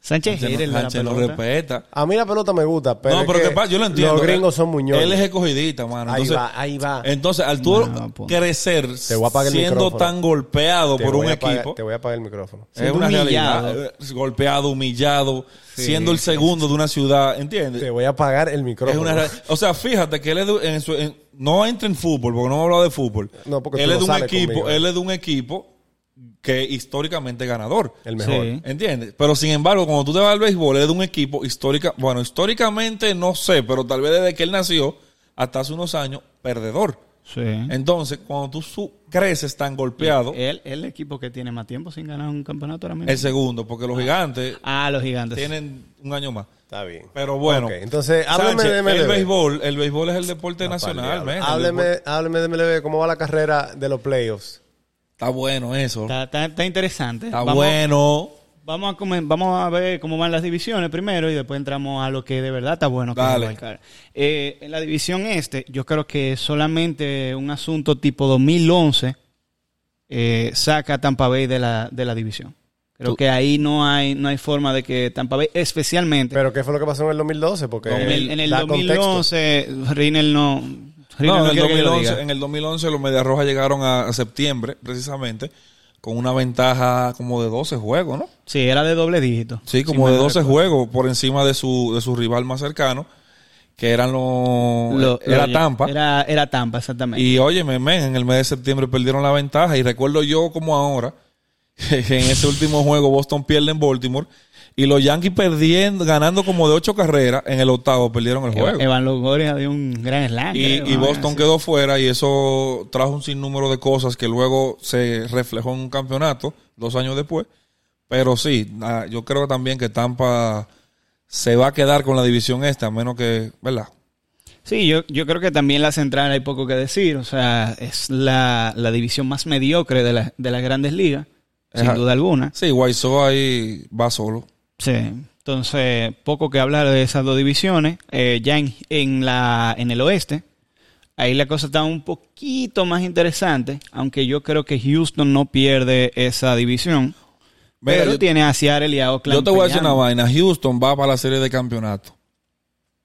Speaker 2: Sánchez,
Speaker 3: Sánchez
Speaker 2: Herer,
Speaker 3: no-
Speaker 2: la
Speaker 3: Sánchez no
Speaker 2: pelota.
Speaker 3: respeta.
Speaker 1: A mí la pelota me gusta, pero.
Speaker 3: no,
Speaker 1: es
Speaker 3: pero
Speaker 1: que
Speaker 3: ¿qué pasa? Yo lo entiendo.
Speaker 1: Los gringos
Speaker 3: Él-
Speaker 1: son muñones.
Speaker 3: Él es escogidita, mano.
Speaker 1: ahí
Speaker 3: entonces,
Speaker 1: va, ahí va.
Speaker 3: Entonces, al tú
Speaker 2: No, po.
Speaker 3: crecer
Speaker 1: Te voy a apagar el
Speaker 3: siendo
Speaker 1: micrófono.
Speaker 3: tan golpeado
Speaker 1: Te
Speaker 3: por
Speaker 1: voy
Speaker 3: un
Speaker 1: a apagar-
Speaker 3: equipo, Eh,
Speaker 1: Te voy a apagar el micrófono.
Speaker 3: es
Speaker 2: Siendo
Speaker 3: una
Speaker 2: humillado.
Speaker 3: realidad. Eh, Golpeado, humillado, siendo el segundo de una ciudad,
Speaker 1: Te
Speaker 3: ¿entiendes?
Speaker 1: voy a apagar el
Speaker 3: Es
Speaker 1: micrófono.
Speaker 3: una real- O sea, fíjate que él es de, en su- en- no entra en fútbol, porque no hemos hablado de fútbol.
Speaker 1: No, porque tú
Speaker 3: él
Speaker 1: no
Speaker 3: es de un
Speaker 1: sales
Speaker 3: equipo,
Speaker 1: conmigo.
Speaker 3: él es de un equipo que históricamente es ganador.
Speaker 1: El mejor.
Speaker 2: Sí.
Speaker 3: ¿Entiendes? Pero sin embargo, cuando tú te vas al béisbol, es de un equipo histórica, bueno, históricamente no sé, pero tal vez desde que él nació hasta hace unos años, perdedor.
Speaker 2: Sí.
Speaker 3: Entonces, cuando tú su- creces tan golpeado,
Speaker 2: El, el equipo que tiene más tiempo sin ganar un campeonato ahora mismo.
Speaker 3: el segundo, porque los gigantes
Speaker 2: Ah, los gigantes.
Speaker 3: tienen un año más.
Speaker 1: Está bien.
Speaker 3: Pero bueno,
Speaker 1: Ok, entonces, háblame
Speaker 3: Sánchez,
Speaker 1: de MLB.
Speaker 3: el béisbol, el béisbol es el deporte nacional, men. El béisbol-
Speaker 1: Hábleme, hábleme de MLB, ¿cómo va la carrera de los playoffs?
Speaker 3: Está bueno eso. Está,
Speaker 2: Está, está- está interesante.
Speaker 3: bueno.
Speaker 2: Vamos a, comen- vamos a ver cómo van las divisiones primero y después entramos a lo que de verdad está bueno. que
Speaker 3: Dale.
Speaker 2: nos va a alcanzar. Eh, en la división este, yo creo que solamente un asunto tipo 2011 eh, saca a Tampa Bay de la, de la división. Creo
Speaker 3: Tú-
Speaker 2: que ahí no hay, no hay forma de que Tampa Bay, especialmente
Speaker 1: Pero ¿qué fue lo que pasó en el 2012? Porque
Speaker 2: en el, en el
Speaker 1: da
Speaker 2: 2011, Rinel no... Rinel
Speaker 3: No, en, el
Speaker 2: quiere que yo lo
Speaker 3: 2011,
Speaker 2: diga.
Speaker 3: en el 2011 los Medias Rojas llegaron a, a septiembre, precisamente, con una ventaja como de 12 juegos, ¿no?
Speaker 2: Sí, era de doble dígito.
Speaker 3: Sí,
Speaker 2: si
Speaker 3: como
Speaker 2: mal
Speaker 3: de
Speaker 2: no
Speaker 3: 12
Speaker 2: recuerdo.
Speaker 3: juegos por encima de su, de su rival más cercano, que eran los...
Speaker 2: Lo-
Speaker 3: era
Speaker 2: lo-
Speaker 3: Tampa.
Speaker 2: Era, era Tampa, exactamente.
Speaker 3: Y óyeme, men, en el mes de septiembre perdieron la ventaja. Y recuerdo yo como ahora, [laughs] que en ese último juego Boston pierde en Baltimore. Y los Yankees perdiendo, ganando como de ocho carreras, en el octavo perdieron el juego.
Speaker 2: Evan Longoria dio un gran slam.
Speaker 3: Y,
Speaker 2: Ah, creo,
Speaker 3: y
Speaker 2: ¿no?
Speaker 3: Boston
Speaker 2: Así.
Speaker 3: quedó fuera y eso trajo un sinnúmero de cosas que luego se reflejó en un campeonato dos años después. Pero sí, na- yo creo también que Tampa se va a quedar con la división esta, a menos que, ¿verdad?
Speaker 2: Sí, yo, yo creo que también la central hay poco que decir. O sea, es la, la división más mediocre de, la- de las grandes ligas, sin
Speaker 3: Ajá.
Speaker 2: duda alguna.
Speaker 3: Sí, Guaizó ahí va solo.
Speaker 2: Sí. Entonces, poco que hablar de esas dos divisiones. Eh, ya en, en la, en el oeste, ahí la cosa está un poquito más interesante, aunque yo creo que Houston no pierde esa división.
Speaker 3: Mira,
Speaker 2: pero
Speaker 3: yo-
Speaker 2: tiene a Seattle y a Oakland.
Speaker 3: Yo te voy a decir una
Speaker 2: peleando.
Speaker 3: vaina. Houston va para la serie de campeonato.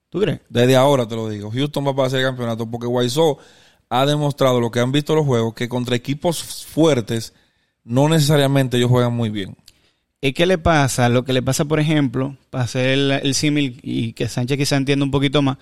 Speaker 2: ¿Tú crees?
Speaker 3: Desde ahora te lo digo. Houston va para la serie de campeonato porque Guaizó ha demostrado, lo que han visto los juegos, que contra equipos fuertes no necesariamente ellos juegan muy bien.
Speaker 2: ¿Y qué le pasa? Lo que le pasa, por ejemplo, para hacer el, el símil y que Sánchez quizá entienda un poquito más,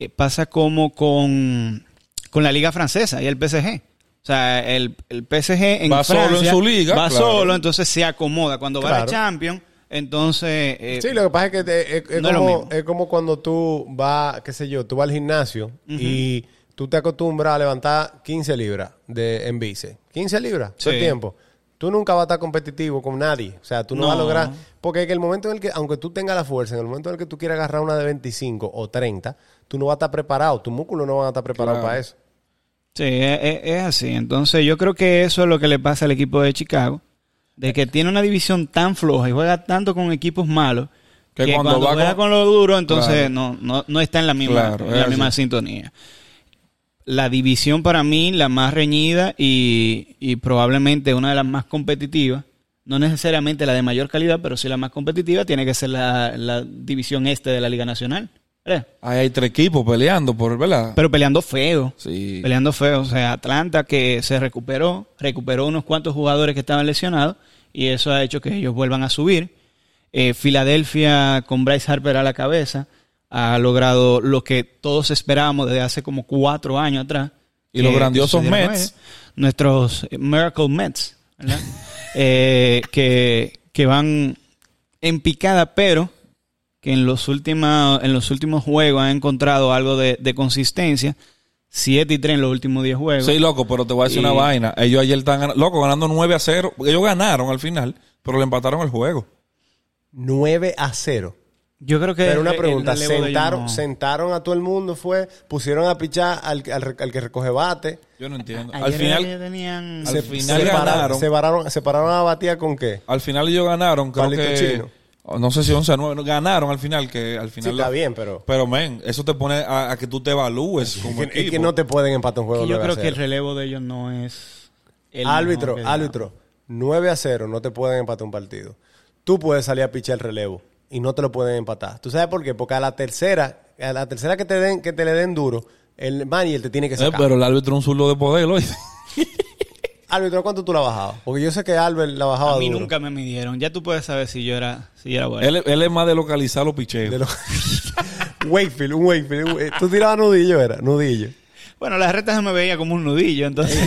Speaker 2: eh, pasa como con, con la liga francesa y el PSG. O sea, el, el PSG en
Speaker 3: Va solo en
Speaker 2: Francia
Speaker 3: su liga,
Speaker 2: Va
Speaker 3: claro.
Speaker 2: solo, entonces se acomoda. Cuando va a la
Speaker 1: Claro.
Speaker 2: Champions, entonces... eh,
Speaker 1: Sí, lo que pasa es que te- es, es
Speaker 2: No es lo
Speaker 1: como,
Speaker 2: mismo.
Speaker 1: es como cuando tú vas, qué sé yo, tú vas al gimnasio y tú te acostumbras a levantar 15 libras de, en bíceps. 15 libras, todo el
Speaker 2: Sí.
Speaker 1: tiempo. Tú nunca vas a estar competitivo con nadie. O sea, tú no,
Speaker 2: No.
Speaker 1: vas a lograr... Porque en el momento en el que, aunque tú tengas la fuerza, en el momento en el que tú quieras agarrar una de 25 o 30, tú no vas a estar preparado. Tus músculos no van a estar preparados
Speaker 3: Claro.
Speaker 1: para eso.
Speaker 2: Sí, es, es- es así. Entonces yo creo que eso es lo que le pasa al equipo de Chicago, de que tiene una división tan floja y juega tanto con equipos malos que,
Speaker 3: Que
Speaker 2: cuando,
Speaker 3: cuando va
Speaker 2: juega con...
Speaker 3: con-
Speaker 2: lo duro, entonces
Speaker 3: Claro.
Speaker 2: no, no, no está en la misma,
Speaker 3: Claro,
Speaker 2: en
Speaker 3: es
Speaker 2: la
Speaker 3: así.
Speaker 2: misma sintonía. La división para mí, la más reñida y, y probablemente una de las más competitivas, no necesariamente la de mayor calidad, pero sí la más competitiva, tiene que ser la, la división este de la Liga Nacional. ¿verdad?
Speaker 3: Ahí hay tres equipos peleando por, ¿verdad?
Speaker 2: Pero peleando feo.
Speaker 3: sí.
Speaker 2: Peleando feo. O sea, Atlanta que se recuperó, recuperó unos cuantos jugadores que estaban lesionados y eso ha hecho que ellos vuelvan a subir. Eh, Filadelfia con Bryce Harper a la cabeza ha logrado lo que todos esperábamos desde hace como cuatro años atrás.
Speaker 3: Y los
Speaker 2: Que
Speaker 3: grandiosos
Speaker 2: sucedieron
Speaker 3: Mets.
Speaker 2: ahí. Nuestros eh, Miracle Mets,
Speaker 3: [laughs]
Speaker 2: ¿verdad? Eh, que, que van en picada, pero que en los últimos, en los últimos juegos han encontrado algo de, de consistencia. 7 y 3 en los últimos 10 juegos.
Speaker 3: Sí, loco, pero te voy a decir
Speaker 2: Y-
Speaker 3: una vaina. Ellos ayer están ganando, loco, ganando 9 a 0. Ellos ganaron al final, pero le empataron el juego.
Speaker 1: 9 a 0.
Speaker 2: Yo creo que.
Speaker 1: Pero una
Speaker 2: el
Speaker 1: pregunta,
Speaker 2: relevo de ellos
Speaker 1: sentaron,
Speaker 2: no-
Speaker 1: sentaron a todo el mundo, fue, pusieron a pichar al, al- al que recoge bate,
Speaker 3: Yo no entiendo.
Speaker 2: Ayer
Speaker 3: al
Speaker 2: era
Speaker 3: final,
Speaker 2: que tenían-
Speaker 3: al final
Speaker 1: se pararon-
Speaker 3: ganaron.
Speaker 1: se pararon, se pararon a batir con qué.
Speaker 3: al final ellos ganaron, creo
Speaker 1: Palito
Speaker 3: que
Speaker 1: chino.
Speaker 3: oh, no sé si 11 a 9, no, ganaron al final que al final
Speaker 1: Sí, está
Speaker 3: la-
Speaker 1: bien, pero
Speaker 3: Pero men, eso te pone a, a que tú te evalúes
Speaker 1: es
Speaker 3: como
Speaker 1: que, es
Speaker 3: equipo.
Speaker 1: que no te pueden empatar un juego.
Speaker 2: yo
Speaker 1: 9 a
Speaker 2: creo que el
Speaker 1: 0.
Speaker 2: relevo de ellos no es. el
Speaker 1: árbitro,
Speaker 2: mejor que
Speaker 1: árbitro, 9 a 0 no te pueden empatar un partido. Tú puedes salir a pichar el relevo y no te lo pueden empatar. ¿Tú sabes por qué? Porque a la tercera, a la tercera que te den, que te le den duro, el manager te tiene que
Speaker 3: Eh,
Speaker 1: sacar.
Speaker 3: pero el árbitro es un zurdo de poder, lo hizo.
Speaker 1: Árbitro, ¿cuánto tú la bajabas? Porque yo sé que Albert la bajaba
Speaker 2: A mí
Speaker 1: duro.
Speaker 2: nunca me midieron. Ya tú puedes saber si yo era, si yo era bueno.
Speaker 3: él, él es más de localizar los
Speaker 2: [laughs]
Speaker 3: picheos.
Speaker 1: De lo- Wakefield, un Wakefield. un- eh, Tú tirabas nudillo, era, nudillo.
Speaker 2: Bueno, las retas me veía como un nudillo, [laughs] entonces.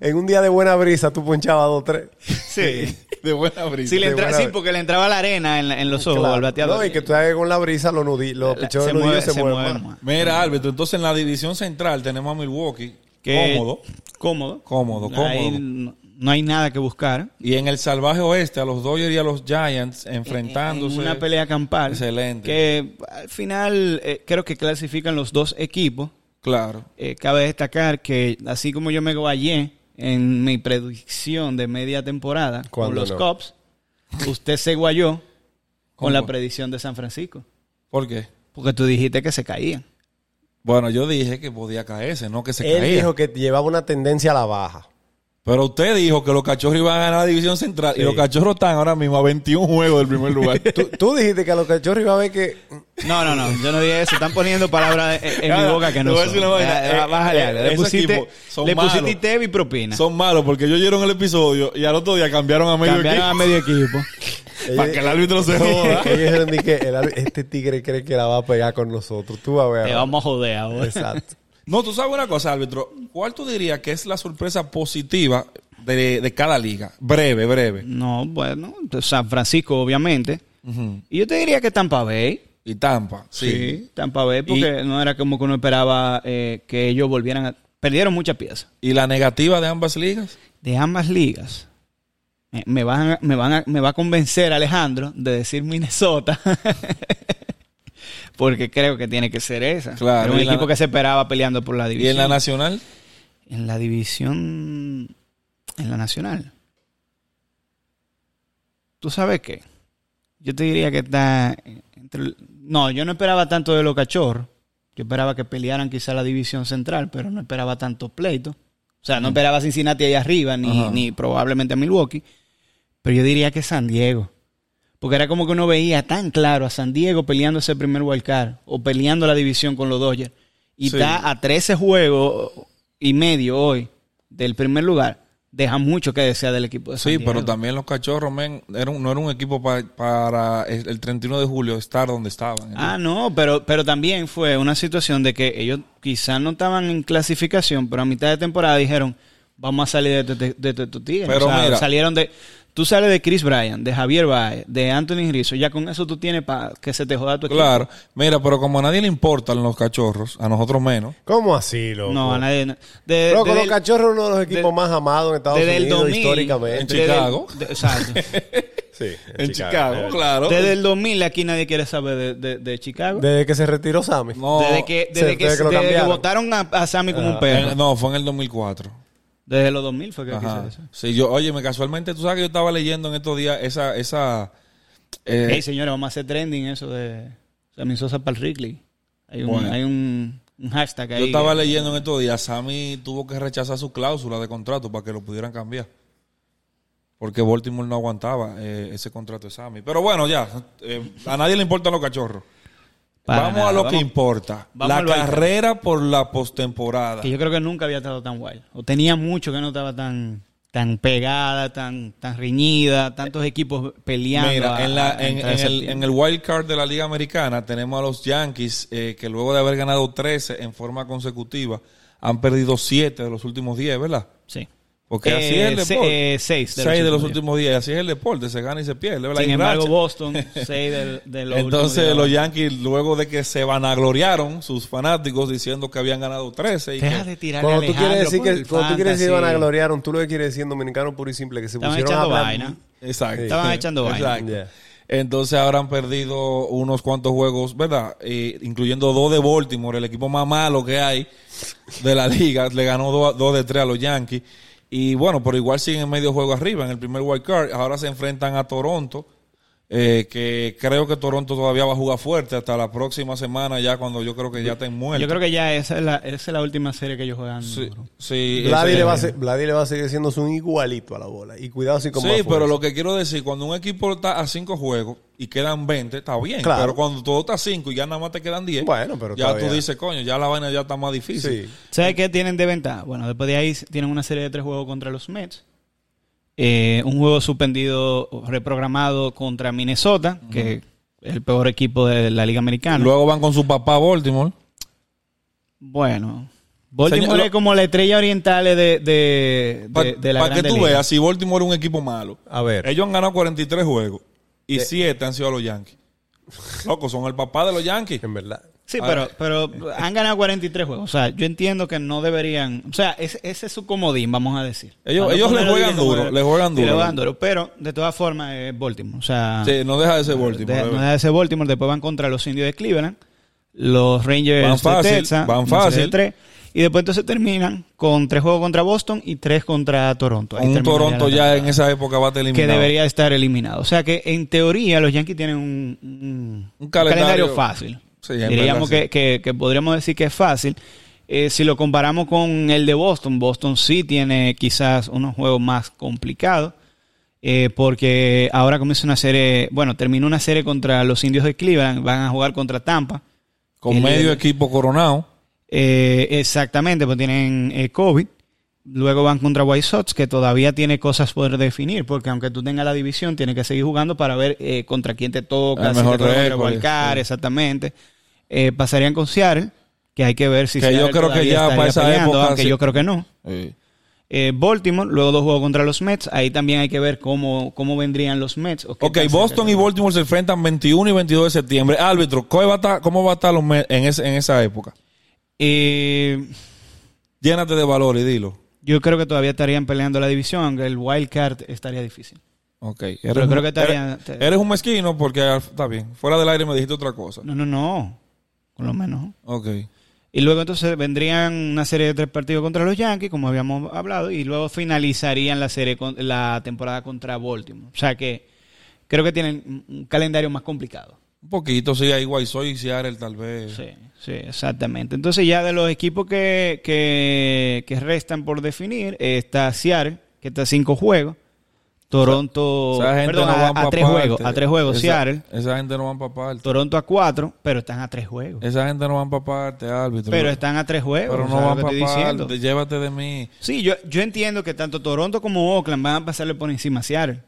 Speaker 1: En un día de buena brisa, tú ponchabas dos, tres.
Speaker 2: sí.
Speaker 3: de buena brisa.
Speaker 2: Sí, le
Speaker 1: de
Speaker 2: entra-
Speaker 1: buena
Speaker 2: sí,
Speaker 1: vez.
Speaker 2: porque le entraba la arena en, la- en los ojos
Speaker 1: Claro.
Speaker 2: al bateador. Eh,
Speaker 1: No, y que tú sabes que con la brisa los, nudi- los
Speaker 2: La-
Speaker 1: pichones nudillos se, mueven. más.
Speaker 2: más.
Speaker 3: Mira, Alberto, entonces en la división central tenemos a Milwaukee.
Speaker 2: Que-
Speaker 3: Cómodo.
Speaker 2: Cómodo.
Speaker 3: Cómodo, cómodo.
Speaker 2: Ahí no, no hay nada que buscar.
Speaker 3: Y en el salvaje oeste a los Dodgers y a los Giants enfrentándose.
Speaker 2: En una pelea campal.
Speaker 3: Excelente.
Speaker 2: Que al final eh, creo que clasifican los dos equipos.
Speaker 3: Claro.
Speaker 2: Eh, cabe destacar que así como yo me guayé en mi predicción de media temporada con
Speaker 1: ¿Cuándo
Speaker 2: los
Speaker 1: no?
Speaker 2: Cubs, usted se guayó
Speaker 3: ¿Cómo?
Speaker 2: con la predicción de San Francisco.
Speaker 3: ¿Por qué?
Speaker 2: Porque tú dijiste que se caían.
Speaker 3: Bueno, yo dije que podía caerse, no que se
Speaker 1: Él
Speaker 3: caía.
Speaker 1: dijo que llevaba una tendencia a la baja.
Speaker 3: Pero usted dijo que los cachorros iban a ganar la división central y los cachorros están ahora mismo a 21 juegos del primer
Speaker 2: [laughs]
Speaker 3: lugar.
Speaker 1: Tú, tú dijiste que a los cachorros iba a ver que...
Speaker 2: No, no, no. Yo no dije eso. Están poniendo palabras en, en mi boca que no
Speaker 3: Te voy a
Speaker 2: son.
Speaker 3: decir una vaina.
Speaker 2: Ya, ya,
Speaker 3: Eh,
Speaker 2: bájale,
Speaker 3: eh,
Speaker 2: dale. le
Speaker 3: esos
Speaker 2: pusiste,
Speaker 3: equipos son
Speaker 2: le
Speaker 3: malos.
Speaker 2: pusiste ITEV y propina.
Speaker 3: Son malos porque ellos oyeron el episodio y al otro día cambiaron a medio
Speaker 2: Cambiaron a
Speaker 3: equipo
Speaker 2: medio
Speaker 3: [laughs]
Speaker 2: equipo.
Speaker 3: para que el
Speaker 2: [laughs]
Speaker 3: árbitro
Speaker 1: [laughs]
Speaker 3: se
Speaker 2: ah.
Speaker 3: joda.
Speaker 1: Ellos dijeron de que el ar- este tigre cree que la va a pegar con nosotros. Tú vas a ver.
Speaker 3: Eh,
Speaker 2: Te vamos a joder ahora.
Speaker 1: Exacto.
Speaker 3: No, tú sabes una cosa, árbitro. ¿Cuál tú dirías que es la sorpresa positiva de, de cada liga? Breve, breve.
Speaker 2: No, bueno. San Francisco, obviamente. Y yo te diría que Tampa Bay.
Speaker 3: Y Tampa. Sí.
Speaker 2: Tampa Bay, porque no era como que uno esperaba eh, que ellos volvieran a... Perdieron muchas piezas.
Speaker 3: ¿Y la negativa de ambas ligas?
Speaker 2: De ambas ligas. eh, Me van, a- me, van a- me va a convencer Alejandro de decir Minnesota. [laughs] Porque creo que tiene que ser esa.
Speaker 3: Claro,
Speaker 2: Era un
Speaker 3: y la-
Speaker 2: equipo que se esperaba peleando por la
Speaker 3: ¿Y en
Speaker 2: división.
Speaker 3: la nacional?
Speaker 2: En la división. En la nacional. ¿Tú sabes qué? Yo te diría que está. entre- No, yo no esperaba tanto de los cachorros. Yo esperaba que pelearan quizá la división central, pero no esperaba tanto pleito. O sea, no esperaba a Cincinnati ahí arriba, ni,
Speaker 3: Mm. Ajá.
Speaker 2: ni probablemente a Milwaukee. Pero yo diría que San Diego. Porque era como que uno veía tan claro a San Diego peleando ese primer wildcard o peleando la división con los Dodgers. Y
Speaker 3: Sí.
Speaker 2: está a 13 juegos y medio hoy del primer lugar. Deja mucho que desear del equipo de San
Speaker 3: Sí,
Speaker 2: Diego.
Speaker 3: pero también los cachorros, men, era un- no era un equipo pa- para el el 31 de julio estar donde estaban.
Speaker 2: Ah, no, pero, pero también fue una situación de que ellos quizás no estaban en clasificación, pero a mitad de temporada dijeron, vamos a salir de, de, de- de tu tigre.
Speaker 3: Pero
Speaker 2: O sea,
Speaker 3: mira.
Speaker 2: salieron de... Tú sales de Chris Bryan, de Javier Baez, de Anthony Rizzo, ya con eso tú tienes para que se te joda tu equipo.
Speaker 3: Claro. Mira, pero como a nadie le importan los cachorros, a nosotros menos.
Speaker 1: ¿Cómo así, loco?
Speaker 2: No, a nadie. no. De-
Speaker 1: Loco,
Speaker 2: desde
Speaker 1: los
Speaker 2: el-
Speaker 1: cachorros uno de los equipos
Speaker 2: de-
Speaker 1: más amados en Estados
Speaker 2: desde el
Speaker 1: Unidos
Speaker 2: 2000,
Speaker 1: históricamente.
Speaker 3: en Chicago.
Speaker 2: de-
Speaker 3: [laughs]
Speaker 2: exacto.
Speaker 1: Sí,
Speaker 3: En Chicago,
Speaker 1: Eh.
Speaker 3: claro.
Speaker 2: Desde el 2000 aquí nadie quiere saber de, de- de Chicago.
Speaker 1: Eh, Desde que se retiró Sammy.
Speaker 3: No,
Speaker 2: desde que, desde
Speaker 1: se-
Speaker 2: que,
Speaker 1: desde que lo
Speaker 2: desde que
Speaker 1: cambiaron.
Speaker 2: votaron a, a Sammy como un
Speaker 3: en-
Speaker 2: perro.
Speaker 3: no, fue en el 2004.
Speaker 2: Desde los 2000 fue que
Speaker 3: Ajá.
Speaker 2: quiso eso.
Speaker 3: Sí, yo, óyeme, casualmente, tú sabes que yo estaba leyendo en estos días esa, esa, eh,
Speaker 2: Ey, señores, vamos a hacer trending eso de Sammy Sosa para el Wrigley. Hay un,
Speaker 3: Bueno.
Speaker 2: hay un, un hashtag ahí.
Speaker 3: yo estaba
Speaker 2: que-
Speaker 3: leyendo en estos días, Sammy tuvo que rechazar su cláusula de contrato para que lo pudieran cambiar. Porque Baltimore no aguantaba eh, ese contrato de Sammy. Pero bueno, ya, eh, a nadie le importan los cachorros.
Speaker 2: Para
Speaker 3: vamos
Speaker 2: nada,
Speaker 3: a lo que
Speaker 2: vamos-
Speaker 3: importa.
Speaker 2: vamos
Speaker 3: la
Speaker 2: al baile.
Speaker 3: carrera por la postemporada.
Speaker 2: que yo creo que nunca había estado tan guay. O tenía mucho que no estaba tan tan pegada, tan tan riñida, tantos equipos peleando.
Speaker 3: Mira,
Speaker 2: a-
Speaker 3: en, la-
Speaker 2: a
Speaker 3: en-
Speaker 2: entrar
Speaker 3: en el,
Speaker 2: septiembre.
Speaker 3: en el wild card de la Liga Americana tenemos a los Yankees eh, que luego de haber ganado 13 en forma consecutiva han perdido 7 de los últimos 10, ¿verdad?
Speaker 2: Sí.
Speaker 3: Porque
Speaker 2: Eh,
Speaker 3: así es el
Speaker 2: se-
Speaker 3: deporte.
Speaker 2: eh, seis de los
Speaker 3: 6 de los
Speaker 2: últimos
Speaker 3: últimos 10. Así es el deporte, se gana y se pierde, ¿verdad?
Speaker 2: Sin
Speaker 3: Y
Speaker 2: embargo,
Speaker 3: racha. [laughs]
Speaker 2: Boston, 6 de, de los
Speaker 3: Entonces
Speaker 2: últimos
Speaker 3: los
Speaker 2: días.
Speaker 3: Yankees luego de que se vanagloriaron sus fanáticos diciendo que habían ganado 13 y
Speaker 2: Deja
Speaker 3: que-
Speaker 2: de tirar
Speaker 1: Cuando tú quieres decir que cuando tú quieres decir van a
Speaker 2: gloria
Speaker 1: gloriaron, tú lo que quieres decir en dominicano puro y simple que se
Speaker 2: Estaban
Speaker 1: pusieron a
Speaker 2: echando
Speaker 1: hablar.
Speaker 2: vaina.
Speaker 3: Exacto.
Speaker 2: Estaban echando vaina.
Speaker 3: Exacto.
Speaker 1: Yeah.
Speaker 3: Entonces ahora han perdido unos cuantos juegos, ¿verdad? Eh, incluyendo dos de Baltimore, el equipo más malo que hay de la [laughs] liga. Le ganó do- dos de tres a los Yankees. Y bueno, pero igual siguen en medio juego arriba, en el primer wild card. Ahora se enfrentan a Toronto, eh, que creo que Toronto todavía va a jugar fuerte hasta la próxima semana, ya cuando yo creo que ya estén muertos.
Speaker 2: Yo creo que ya esa es la, esa es la última serie que ellos juegan.
Speaker 3: Sí,
Speaker 2: bro.
Speaker 3: sí,
Speaker 1: Vladi
Speaker 3: ese-
Speaker 1: le, va a se- Vladi le va a seguir siendo un igualito a la bola. Y cuidado si como
Speaker 3: Sí,
Speaker 1: afuera.
Speaker 3: pero lo que quiero decir, cuando un equipo está a 5 juegos y quedan 20, está bien.
Speaker 1: Claro.
Speaker 3: Pero cuando todo está a 5 y ya nada más te quedan 10,
Speaker 1: Bueno, pero
Speaker 3: ya
Speaker 1: todavía-
Speaker 3: tú dices, coño, ya la vaina ya está más difícil.
Speaker 1: Sí.
Speaker 2: ¿Sabes qué tienen de ventaja? Bueno, después de ahí tienen una serie de tres juegos contra los Mets. Eh, un juego suspendido, reprogramado contra Minnesota, que es el peor equipo de la Liga Americana.
Speaker 3: Luego van con su papá a Baltimore.
Speaker 2: Bueno, Baltimore
Speaker 3: Señor-
Speaker 2: es como la estrella oriental de, de, de,
Speaker 3: Para
Speaker 2: de la
Speaker 3: que
Speaker 2: Grande
Speaker 3: tú
Speaker 2: Liga.
Speaker 3: veas, si Baltimore es un equipo malo,
Speaker 1: A ver.
Speaker 3: ellos han ganado 43 juegos y 7 han sido a los Yankees. Loco, son el papá de los Yankees.
Speaker 1: En verdad.
Speaker 2: Sí,
Speaker 3: A
Speaker 2: pero, pero han ganado 43 juegos. O sea, yo entiendo que no deberían. O sea, ese, ese es su comodín, vamos a decir.
Speaker 3: Ellos-
Speaker 2: Para no
Speaker 3: ellos le
Speaker 2: ponerlo
Speaker 3: juegan
Speaker 2: de que
Speaker 3: duro,
Speaker 2: juegan-
Speaker 3: le juegan
Speaker 2: Sí,
Speaker 3: duro.
Speaker 2: Pero, de todas formas, es Baltimore. O sea,
Speaker 3: Sí, no deja de ser Baltimore.
Speaker 2: Ah. de-
Speaker 3: de
Speaker 2: no
Speaker 3: verdad.
Speaker 2: deja de ser Baltimore. Después van contra los indios de Cleveland, los Rangers
Speaker 3: Van fácil,
Speaker 2: de Texas.
Speaker 3: van
Speaker 2: una serie de
Speaker 3: fácil.
Speaker 2: tres, y después entonces terminan con tres juegos contra Boston y tres contra Toronto. Ahí
Speaker 3: un
Speaker 2: termina
Speaker 3: Toronto
Speaker 2: la
Speaker 3: ya
Speaker 2: temporada
Speaker 3: en esa época va a estar
Speaker 2: que
Speaker 3: eliminado.
Speaker 2: debería estar eliminado. O sea que en teoría los Yankees tienen un, un-
Speaker 3: Un
Speaker 2: un
Speaker 3: calendario-
Speaker 2: calendario, fácil.
Speaker 3: Sí, en
Speaker 2: Diríamos
Speaker 3: verdad,
Speaker 2: que, que- que podríamos decir que es fácil. Eh, si lo comparamos con el de Boston, Boston sí tiene quizás unos juegos más complicados. eh, porque ahora comienza una serie, bueno, terminó una serie contra los indios de Cleveland, van a jugar contra Tampa.
Speaker 3: Con
Speaker 2: El-
Speaker 3: medio equipo coronado.
Speaker 2: Eh, exactamente, pues tienen eh, COVID. Luego van contra White Sox, que todavía tiene cosas por definir, porque aunque tú tengas la división, tienes que seguir jugando para ver eh, contra quién te toca,
Speaker 3: El
Speaker 2: si te
Speaker 3: mejor
Speaker 2: toca contra
Speaker 3: récord,
Speaker 2: wild card,
Speaker 3: sí.
Speaker 2: exactamente. Eh, pasarían con Seattle, que hay que ver si
Speaker 3: Que yo creo que
Speaker 2: todavía
Speaker 3: ya
Speaker 2: estaría
Speaker 3: para esa
Speaker 2: peleando,
Speaker 3: época,
Speaker 2: aunque
Speaker 3: sí.
Speaker 2: yo creo que no. Eh, Baltimore, luego dos juegos contra los Mets, ahí también hay que ver cómo, cómo vendrían los Mets. o qué
Speaker 3: Ok,
Speaker 2: tal se
Speaker 3: Boston y Baltimore se enfrentan 21 y 22 de septiembre. Árbitro, ¿cómo va a estar, cómo va a estar los Mets en, ese- en esa época?
Speaker 2: Eh,
Speaker 3: Llénate de valor y dilo.
Speaker 2: yo creo que todavía estarían peleando la división, aunque el wild card estaría difícil.
Speaker 3: Ok. Eres,
Speaker 2: Pero creo
Speaker 3: un-
Speaker 2: que estaría-
Speaker 3: eres- eres un mezquino porque ah, está bien. Fuera del aire me dijiste otra cosa.
Speaker 2: No, no, no. Por
Speaker 3: ¿Mm?
Speaker 2: lo menos.
Speaker 3: Ok.
Speaker 2: Y luego entonces vendrían una serie de tres partidos contra los Yankees, como habíamos hablado, y luego finalizarían la serie con, la temporada contra Baltimore. O sea que creo que tienen un- un calendario más complicado.
Speaker 3: Un poquito, sí, ahí Guaysoy y Seattle tal vez.
Speaker 2: Sí, sí, exactamente. Entonces ya de los equipos que, que, que restan por definir, eh, está Seattle, que está a cinco juegos. Toronto,
Speaker 3: Esa gente
Speaker 2: perdón,
Speaker 3: no
Speaker 2: Oh, a,
Speaker 3: van pa'
Speaker 2: a tres
Speaker 3: parte.
Speaker 2: juegos, a tres juegos,
Speaker 3: Esa-
Speaker 2: Seattle,
Speaker 3: Esa gente no van para parte.
Speaker 2: Toronto a cuatro, pero están a tres juegos.
Speaker 3: Esa gente no van para parte, árbitro.
Speaker 2: Pero están a tres juegos.
Speaker 3: Pero
Speaker 2: o
Speaker 3: no
Speaker 2: sea, lo
Speaker 3: van
Speaker 2: que
Speaker 3: para
Speaker 2: estoy diciendo.
Speaker 3: parte. Llévate de mí.
Speaker 2: Sí, yo, yo entiendo que tanto Toronto como Oakland van a pasarle por encima a Seattle.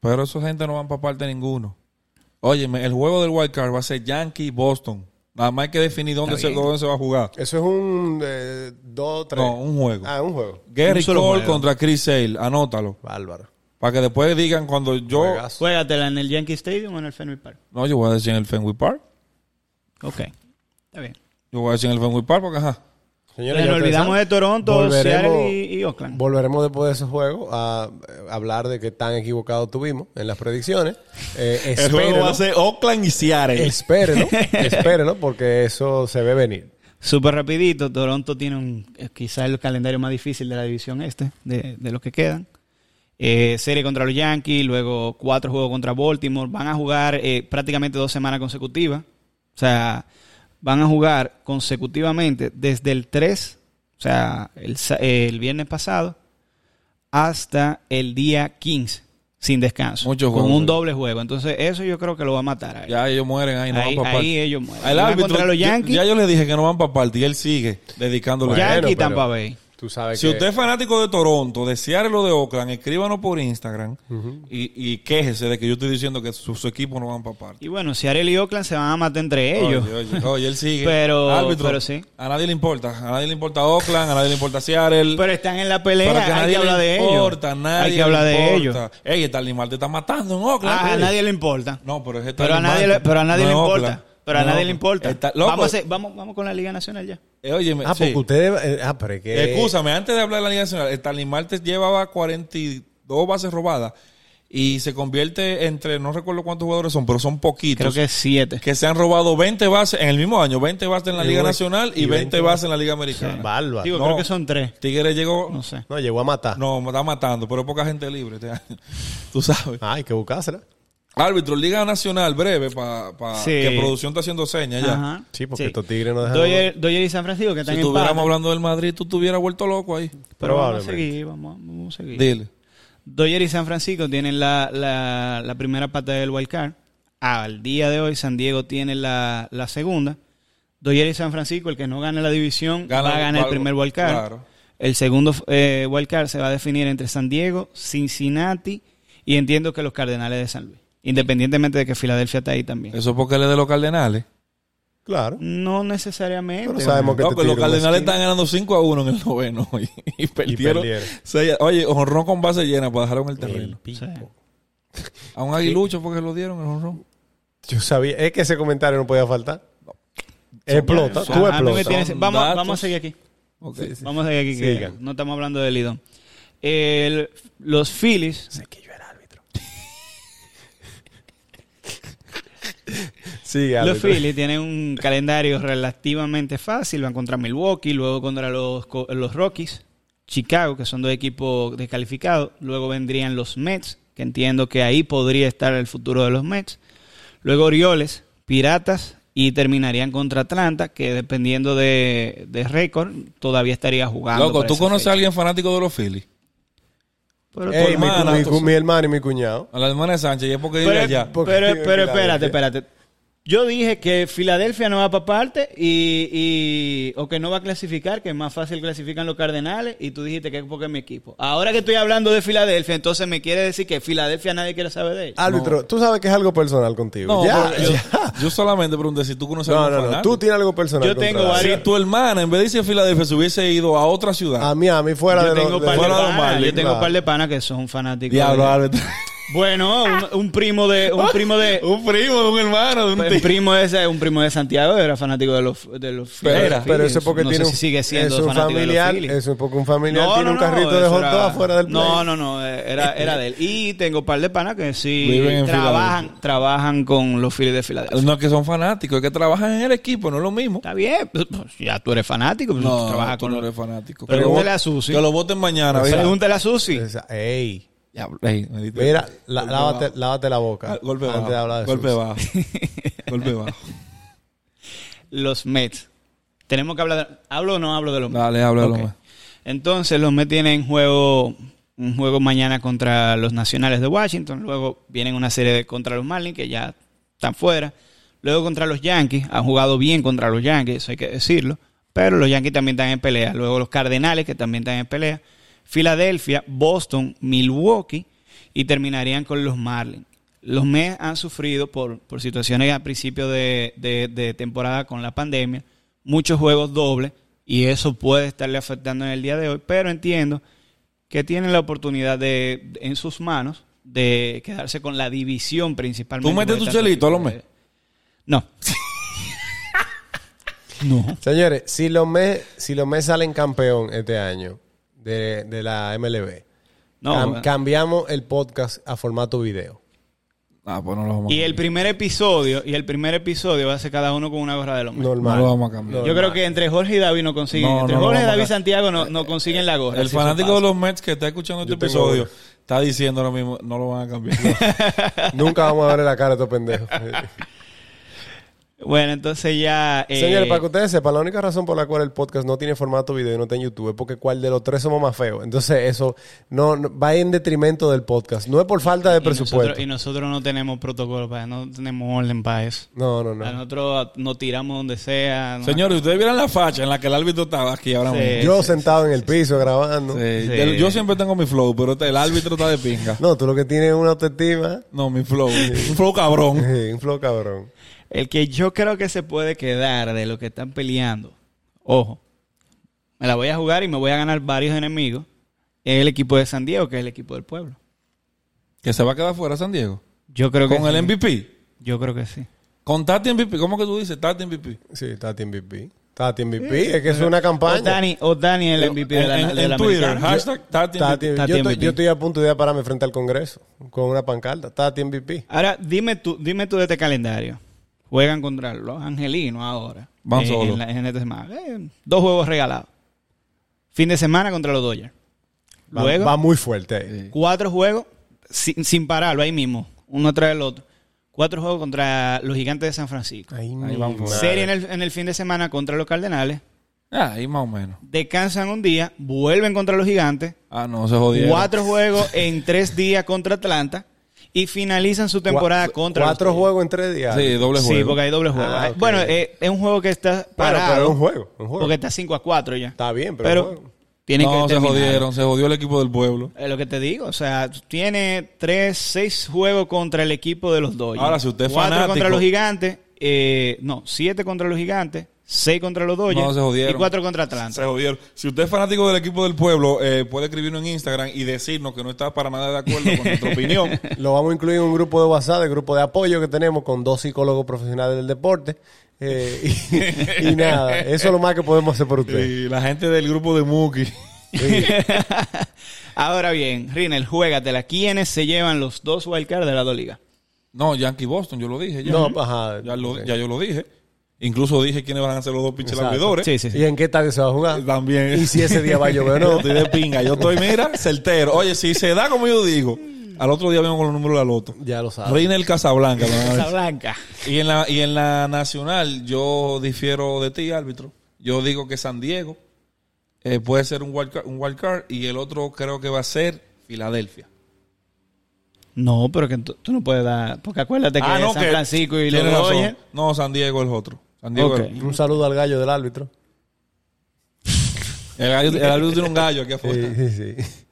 Speaker 3: Pero esa gente no van para parte ninguno. Óyeme, el juego del wild card va a ser Yankee Boston. Nada más hay que definir dónde
Speaker 2: Está
Speaker 3: se,
Speaker 2: bien.
Speaker 3: dónde se va a jugar.
Speaker 1: Eso es un 2, 3.
Speaker 3: No, un juego.
Speaker 1: Ah, un juego.
Speaker 3: Gary
Speaker 2: un solo
Speaker 3: Cole
Speaker 2: juego.
Speaker 3: contra Chris Sale, anótalo.
Speaker 1: Bárbaro.
Speaker 3: Para que después digan cuando yo.
Speaker 1: Juegazo.
Speaker 2: Juégatela en el Yankee Stadium o en el Fenway Park.
Speaker 3: No, yo voy a decir en el Fenway Park.
Speaker 2: Ok. Está bien.
Speaker 3: Yo voy a decir en el Fenway Park porque, ajá.
Speaker 1: Señores,
Speaker 2: Nos
Speaker 1: ya ustedes
Speaker 2: olvidamos
Speaker 1: saben,
Speaker 2: de Toronto,
Speaker 1: volveremos-
Speaker 2: Seattle y, y Oakland.
Speaker 1: Volveremos después de esos juegos a eh, hablar de qué tan equivocados tuvimos en las predicciones. Eh, espérenlo,
Speaker 3: Oakland y Seattle.
Speaker 2: [laughs]
Speaker 1: espérenlo, espérenlo, porque eso se ve venir.
Speaker 2: Súper rapidito, Toronto tiene un, eh, quizás el calendario más difícil de la división este, de, de los que quedan. Eh, serie contra los Yankees, luego cuatro juegos contra Baltimore. Van a jugar eh, prácticamente dos semanas consecutivas. O sea, van a jugar consecutivamente desde el 3, o sea, el, sa- eh, el viernes pasado, hasta el día 15, sin descanso.
Speaker 3: Muchos
Speaker 2: con
Speaker 3: juegos.
Speaker 2: un doble juego. Entonces, eso yo creo que lo va a matar. ahí.
Speaker 3: Ya ellos mueren ahí, no
Speaker 2: Ahí-
Speaker 3: van para parte.
Speaker 2: ahí ellos mueren.
Speaker 3: El
Speaker 2: Van
Speaker 3: árbitro,
Speaker 2: contra los
Speaker 3: yo-
Speaker 2: Yankees.
Speaker 3: ya yo le dije que no van para parte y él sigue dedicándole.
Speaker 1: Bueno,
Speaker 2: Yankees y
Speaker 1: pero-
Speaker 2: Tampa Bay.
Speaker 1: Tú sabes
Speaker 3: Si
Speaker 1: que
Speaker 3: usted es fanático de Toronto, de Seattle o de Oakland, escríbanos por Instagram y, y quéjese de que yo estoy diciendo que su, su equipo no van para parte.
Speaker 2: Y bueno, Seattle y Oakland se van a matar entre ellos.
Speaker 3: Oye, oye, oye, él sigue.
Speaker 2: Pero- pero sí.
Speaker 3: A nadie le importa. A nadie le importa Oakland, a nadie le importa Seattle.
Speaker 2: Pero están en la pelea,
Speaker 3: Pero que a
Speaker 2: hay que hablar de
Speaker 3: le importa,
Speaker 2: ellos.
Speaker 3: nadie
Speaker 2: hay que hablar
Speaker 3: le
Speaker 2: de
Speaker 3: importa.
Speaker 2: ellos.
Speaker 3: Ey, este animal te está matando en Oakland.
Speaker 2: Ah, a
Speaker 3: ey.
Speaker 2: nadie le importa.
Speaker 3: No, pero es este
Speaker 2: pero, a
Speaker 3: animal
Speaker 2: nadie
Speaker 3: que-
Speaker 2: le, pero a nadie
Speaker 3: no
Speaker 2: le
Speaker 3: es
Speaker 2: importa.
Speaker 3: Oakland.
Speaker 2: Pero a
Speaker 3: No,
Speaker 2: nadie le importa.
Speaker 3: está- loco,
Speaker 2: Vamos, a hacer- vamos, vamos con la Liga Nacional ya.
Speaker 3: eh, óyeme,
Speaker 1: Ah,
Speaker 3: sí.
Speaker 1: porque ustedes. eh, ah, pero es que.
Speaker 3: Escúchame, antes de hablar de la Liga Nacional, el Talimar te llevaba 42 bases robadas y se convierte entre, no recuerdo cuántos jugadores son, pero son poquitos.
Speaker 2: Creo que es siete.
Speaker 3: que se han robado 20 bases en el mismo año, 20 bases en la
Speaker 1: Y
Speaker 3: Liga
Speaker 1: una-
Speaker 3: Nacional y
Speaker 1: y
Speaker 3: 20
Speaker 1: 20
Speaker 3: bases en la Liga Americana.
Speaker 1: Bárbaro.
Speaker 2: Digo,
Speaker 3: No.
Speaker 2: creo que son tres.
Speaker 3: Tigres llegó,
Speaker 2: No sé.
Speaker 1: no, llegó a matar.
Speaker 3: no, me está matando, pero poca gente libre este año. [laughs] Tú sabes.
Speaker 1: Ah, hay que buscársela.
Speaker 3: Árbitro, Liga Nacional, breve, para
Speaker 2: Sí.
Speaker 3: que producción está haciendo señas ya.
Speaker 2: Ajá.
Speaker 1: Sí, porque estos tigres no dejan.
Speaker 2: Doyer, Doyer y San Francisco que
Speaker 3: Si
Speaker 2: están en
Speaker 3: estuviéramos
Speaker 2: empate.
Speaker 3: hablando del Madrid, tú estuvieras vuelto loco ahí.
Speaker 2: Pero vamos a
Speaker 1: Probablemente.
Speaker 2: seguir, vamos, vamos a seguir.
Speaker 3: Dile.
Speaker 2: Doyer y San Francisco tienen la, la- la primera pata del wildcard. Al día de hoy, San Diego tiene la, la segunda. Doyer y San Francisco, el que no gane la división,
Speaker 3: Gana
Speaker 2: va a
Speaker 3: el-
Speaker 2: ganar el
Speaker 3: va-
Speaker 2: primer wildcard.
Speaker 3: claro.
Speaker 2: El segundo eh, wildcard se va a definir entre San Diego, Cincinnati y entiendo que los Cardenales de San Luis. Independientemente de que Filadelfia está ahí también. Este
Speaker 3: Eso es porque él es de los Cardenales.
Speaker 1: Claro.
Speaker 2: No necesariamente.
Speaker 1: Pero sabemos que
Speaker 3: Loco,
Speaker 1: te tiro
Speaker 3: los
Speaker 1: un
Speaker 3: Cardenales
Speaker 1: esquina.
Speaker 3: están ganando 5 a 1 en el noveno [laughs] y, y perdieron.
Speaker 1: perdieron.
Speaker 3: seis a- oye, honrón con base llena para dejaron el
Speaker 1: El
Speaker 3: terreno.
Speaker 1: pipo.
Speaker 2: Sí.
Speaker 3: A un aguilucho porque lo dieron el honrón.
Speaker 1: Yo sabía, es que ese comentario no podía faltar. Explota,
Speaker 2: Ah,
Speaker 1: tú
Speaker 2: a mí me
Speaker 1: explotas.
Speaker 2: tienes-
Speaker 3: Son
Speaker 2: vamos,
Speaker 3: datos.
Speaker 2: vamos a seguir aquí.
Speaker 3: Ok.
Speaker 2: Vamos a seguir aquí. que
Speaker 1: Sigan.
Speaker 2: no estamos hablando de Lidón. El- los Phillies.
Speaker 1: Sé que yo era árbitro. [laughs] sí,
Speaker 2: Los
Speaker 1: árbitro.
Speaker 2: Phillies tienen un calendario relativamente fácil. Van contra Milwaukee, luego contra los, co- los Rockies, Chicago, que son dos equipos descalificados. Luego vendrían los Mets, que entiendo que ahí podría estar el futuro de los Mets. Luego Orioles, Piratas y terminarían contra Atlanta, que dependiendo de, de récord todavía estaría jugando.
Speaker 3: Loco,
Speaker 2: para
Speaker 3: ¿tú
Speaker 2: esa
Speaker 3: conoces a
Speaker 2: fecha.
Speaker 3: alguien fanático de los Phillies?
Speaker 2: Pero
Speaker 1: Ey,
Speaker 3: tu
Speaker 1: mi,
Speaker 3: hermana,
Speaker 1: mi-
Speaker 3: tú-
Speaker 1: mi hermano y mi cuñado.
Speaker 3: A la hermana de Sánchez, y es porque vive
Speaker 2: Pero,
Speaker 3: allá.
Speaker 1: Porque
Speaker 2: pero-
Speaker 1: vive en
Speaker 2: pero
Speaker 1: Filadelfia.
Speaker 2: espérate, espérate. Yo dije que Filadelfia no va para parte y, y- o que no va a clasificar, que es más fácil clasifican los Cardenales y tú dijiste que es porque es mi equipo. Ahora que estoy hablando de Filadelfia, entonces me quiere decir que Filadelfia nadie quiere saber de ellos.
Speaker 1: Árbitro, tú sabes que es algo personal contigo.
Speaker 3: No,
Speaker 1: ya,
Speaker 3: pero yo,
Speaker 1: ya.
Speaker 3: yo solamente pregunté si tú conoces a
Speaker 1: No,
Speaker 3: algún
Speaker 1: no, no.
Speaker 3: fanático.
Speaker 1: Tú tienes algo personal.
Speaker 2: Yo
Speaker 1: contra
Speaker 2: tengo
Speaker 1: la-
Speaker 2: varios-
Speaker 3: Si tu hermana, en vez de irse a Filadelfia, se hubiese ido a otra ciudad.
Speaker 1: A mí, a mí fuera
Speaker 2: yo
Speaker 1: de
Speaker 2: tengo
Speaker 1: los- de-
Speaker 2: par de
Speaker 1: fuera de los
Speaker 2: panas,
Speaker 1: Marlins,
Speaker 2: yo tengo
Speaker 1: claro.
Speaker 2: par de panas que son fanáticos.
Speaker 3: Diablo,
Speaker 2: de-
Speaker 3: árbitro.
Speaker 2: Bueno,
Speaker 1: Ah.
Speaker 2: un, un primo de un primo de
Speaker 3: un primo, de un hermano, de un
Speaker 2: un
Speaker 3: tío.
Speaker 2: primo de un primo de Santiago era fanático de los de los
Speaker 3: Pero-
Speaker 1: Pero eso
Speaker 2: Phillies.
Speaker 1: es porque
Speaker 2: no
Speaker 1: tiene
Speaker 2: sé si sigue siendo
Speaker 1: es un
Speaker 2: fanático de los
Speaker 1: familiar,
Speaker 2: Phillies.
Speaker 1: eso es porque un familiar tiene un carrito de
Speaker 2: eso
Speaker 1: hot dog
Speaker 2: era-
Speaker 1: afuera del Este,
Speaker 2: No,
Speaker 1: play.
Speaker 2: no, no, eh, era, era de él. Y tengo un par de panas que sí
Speaker 3: Viven en
Speaker 2: trabajan, trabajan con los Phillies de Filadelfia.
Speaker 3: No es que son fanáticos, es que trabajan en el equipo, no es lo mismo.
Speaker 2: Está bien, pues, pues, ya tú eres fanático, pues, tú
Speaker 3: No,
Speaker 2: trabajas
Speaker 3: tú
Speaker 2: con
Speaker 3: no
Speaker 2: los...
Speaker 3: eres fanático.
Speaker 2: Pero
Speaker 3: Que lo
Speaker 2: pregúntale
Speaker 3: vo-
Speaker 2: a Susi.
Speaker 3: Que lo voten mañana. ¿verdad?
Speaker 2: Pregúntale a Susi.
Speaker 1: Esa- ey,
Speaker 3: Diablo, ey, maldito.
Speaker 1: mira, la-
Speaker 3: Golpe
Speaker 1: lávate,
Speaker 3: bajo.
Speaker 1: lávate la boca.
Speaker 3: Ah, Golpe
Speaker 1: antes
Speaker 3: bajo.
Speaker 1: de hablar de
Speaker 3: Golpe
Speaker 1: sucio.
Speaker 3: bajo. Golpe [laughs] bajo.
Speaker 2: Los Mets. Tenemos que hablar... de- ¿Hablo o no hablo de los Mets?
Speaker 3: Dale, háblalo
Speaker 2: Ok.
Speaker 3: más.
Speaker 2: Entonces, los Mets tienen juego, un juego mañana contra los Nacionales de Washington. Luego vienen una serie de- contra los Marlins, que ya están fuera. Luego contra los Yankees. Han jugado bien contra los Yankees, eso hay que decirlo. Pero los Yankees también están en pelea. Luego los Cardenales, que también están en pelea. Filadelfia, Boston, Milwaukee. Y terminarían con los Marlins. Los Mets han sufrido por, por situaciones a principio de, de- de temporada con la pandemia, muchos juegos dobles, y eso puede estarle afectando en el día de hoy, pero entiendo que tienen la oportunidad de, en sus manos de quedarse con la división principalmente.
Speaker 3: ¿Tú metes
Speaker 2: porque
Speaker 3: tu
Speaker 2: tanto
Speaker 3: chelito a los
Speaker 2: equipo-
Speaker 3: Mets?
Speaker 2: No. no.
Speaker 1: Señores, si los Mets si los Mets salen campeón este año de, de la MLB,
Speaker 2: No. eh.
Speaker 1: cam-
Speaker 2: bueno.
Speaker 1: cambiamos el podcast a formato video.
Speaker 3: Ah, pues no lo vamos a
Speaker 2: Y el primer episodio, y el primer episodio va a ser cada uno con una gorra de los Mets.
Speaker 1: Normal.
Speaker 3: No lo vamos a cambiar.
Speaker 2: Yo creo que entre Jorge y David no consiguen,
Speaker 3: No,
Speaker 2: entre
Speaker 3: no lo
Speaker 2: Jorge y
Speaker 3: vamos a
Speaker 2: David
Speaker 3: ca-
Speaker 2: Santiago no, no consiguen la gorra.
Speaker 3: El
Speaker 2: si eso
Speaker 3: fanático
Speaker 2: pasa.
Speaker 3: de los Mets que está escuchando este
Speaker 1: Yo tengo
Speaker 3: episodio
Speaker 1: uno.
Speaker 3: está diciendo lo mismo. No lo van a [laughs] cambiar.
Speaker 1: Nunca vamos a ver la cara a estos
Speaker 2: [laughs]
Speaker 1: pendejos.
Speaker 2: Bueno, entonces ya. eh,
Speaker 1: Señores, para que ustedes sepan, la única razón por la cual el podcast no tiene formato video y no está en YouTube es porque cuál de los tres somos más feos. Entonces, eso no, no- va en detrimento del podcast. No es por falta de
Speaker 2: y nosotros-
Speaker 1: presupuesto.
Speaker 2: y nosotros no tenemos protocolo para no tenemos orden para eso.
Speaker 1: No, no,
Speaker 2: A
Speaker 1: no.
Speaker 2: nosotros nos tiramos donde sea. no-
Speaker 3: Señores, ustedes vieron la facha en la que el árbitro estaba aquí ahora
Speaker 2: Sí.
Speaker 3: mismo.
Speaker 1: Yo sentado en el piso grabando.
Speaker 3: Sí. Yo- Yo siempre tengo mi flow, pero este- el árbitro está de pinga.
Speaker 1: No, tú lo que tienes es una autoestima. [laughs]
Speaker 3: No, mi flow. Un flow cabrón.
Speaker 1: Sí, un flow cabrón.
Speaker 2: El que yo creo que se puede quedar de lo que están peleando. Ojo. Me la voy a jugar y me voy a ganar varios enemigos. Es el equipo de San Diego, que es el equipo del pueblo.
Speaker 3: Que se va a quedar fuera San Diego.
Speaker 2: Yo creo que
Speaker 3: Con el
Speaker 2: sí.
Speaker 3: MVP.
Speaker 2: Yo creo que sí.
Speaker 3: Con Tati MVP. ¿Cómo que tú dices? Tati MVP.
Speaker 1: Sí, Tati MVP. Tati MVP, es que es una campaña.
Speaker 2: Otani, Otani es el MVP de la,
Speaker 3: En- en-
Speaker 2: de la
Speaker 3: en Twitter.
Speaker 2: americana.
Speaker 3: Hashtag Tati
Speaker 1: Tati-
Speaker 3: MVP.
Speaker 2: Tati
Speaker 1: yo, estoy,
Speaker 2: MVP.
Speaker 1: yo estoy a punto de ir a pararme frente al Congreso con una pancarta. Tati MVP.
Speaker 2: Ahora, dime tú, dime tú de este calendario. Juegan contra los angelinos ahora.
Speaker 3: Van
Speaker 2: Eh,
Speaker 3: solo.
Speaker 2: En, la- en esta semana. Eh, dos juegos regalados. Fin de semana contra los Dodgers.
Speaker 1: Va,
Speaker 2: Luego,
Speaker 1: va muy fuerte ahí.
Speaker 2: cuatro juegos sin, sin pararlo ahí mismo. Uno tras el otro. Cuatro juegos contra los gigantes de San Francisco.
Speaker 1: Ahí,
Speaker 3: vamos.
Speaker 2: Serie en el, en el fin de semana contra los Cardenales.
Speaker 3: Ah, ahí más o menos.
Speaker 2: Descansan un día, vuelven contra los gigantes.
Speaker 3: Ah, no, se jodieron.
Speaker 2: Cuatro juegos en tres días contra Atlanta. Y finalizan su temporada contra los
Speaker 1: Cuatro
Speaker 2: Dodgers.
Speaker 1: juegos en tres días.
Speaker 3: Sí, doble juego.
Speaker 2: Sí, porque hay doble juego.
Speaker 1: Ah, ok.
Speaker 2: Bueno, eh, es un juego que está
Speaker 1: Bueno,
Speaker 2: parado.
Speaker 1: pero es un juego. un juego.
Speaker 2: Porque está 5 a 4 ya.
Speaker 1: Está bien, pero,
Speaker 2: pero [laughs]
Speaker 1: bueno.
Speaker 2: tienen
Speaker 3: no,
Speaker 2: que
Speaker 3: se
Speaker 2: terminar.
Speaker 3: jodieron. Se jodió el equipo del pueblo.
Speaker 2: Es lo que te digo. O sea, tiene 3, 6 juegos contra el equipo de los Dodgers.
Speaker 3: Ahora, si usted es
Speaker 2: Cuatro
Speaker 3: fanático-
Speaker 2: contra los gigantes eh, no, siete contra los gigantes, seis contra los Dodgers
Speaker 3: No, se jodieron.
Speaker 2: y cuatro contra Atlanta. [laughs]
Speaker 3: Se jodieron. Si usted es fanático del equipo del pueblo, eh, puede escribirnos en Instagram y decirnos que no está para nada de acuerdo con [laughs] nuestra opinión.
Speaker 1: Lo vamos a incluir en un grupo de WhatsApp, el grupo de apoyo que tenemos con dos psicólogos profesionales del deporte. Eh, y, [laughs] y nada, eso es lo más que podemos hacer por usted.
Speaker 3: Y la gente del grupo de Muki.
Speaker 2: Ahora bien, Rinel, juégatela. ¿Quiénes se llevan los dos wildcards de la dos ligas?
Speaker 3: [laughs] No, Yankee Boston, yo lo dije. Ya,
Speaker 1: No, ajá.
Speaker 3: ya, lo- ya yo lo dije. Incluso dije quiénes van a ser los dos pinches
Speaker 1: Exacto.
Speaker 3: abridores.
Speaker 2: Sí, sí, sí.
Speaker 1: ¿Y en qué estadio se va a jugar?
Speaker 3: También.
Speaker 1: ¿Y si ese día va a llover o
Speaker 3: Yo
Speaker 1: no?
Speaker 3: estoy de pinga. Yo estoy, mira, certero. Oye, si se da como yo digo, al otro día vemos con los números de la loto.
Speaker 1: Ya lo sabes.
Speaker 3: Reina el Casablanca. lo van a ver.
Speaker 2: Blanca.
Speaker 3: Y en la y en la nacional yo difiero de ti, árbitro. Yo digo que San Diego eh, puede ser un wild, card, un wild card y el otro creo que va a ser Filadelfia.
Speaker 2: No, pero que tú tú no puedes dar. Porque acuérdate Ah, que San Francisco y los
Speaker 3: tienes razón.
Speaker 2: Dodgers.
Speaker 3: No, San Diego es otro. San Diego
Speaker 2: Ok.
Speaker 3: es el-
Speaker 1: Un saludo al gallo del árbitro.
Speaker 3: el, gallo- el árbitro tiene un gallo aquí afuera.
Speaker 1: Sí, sí, sí.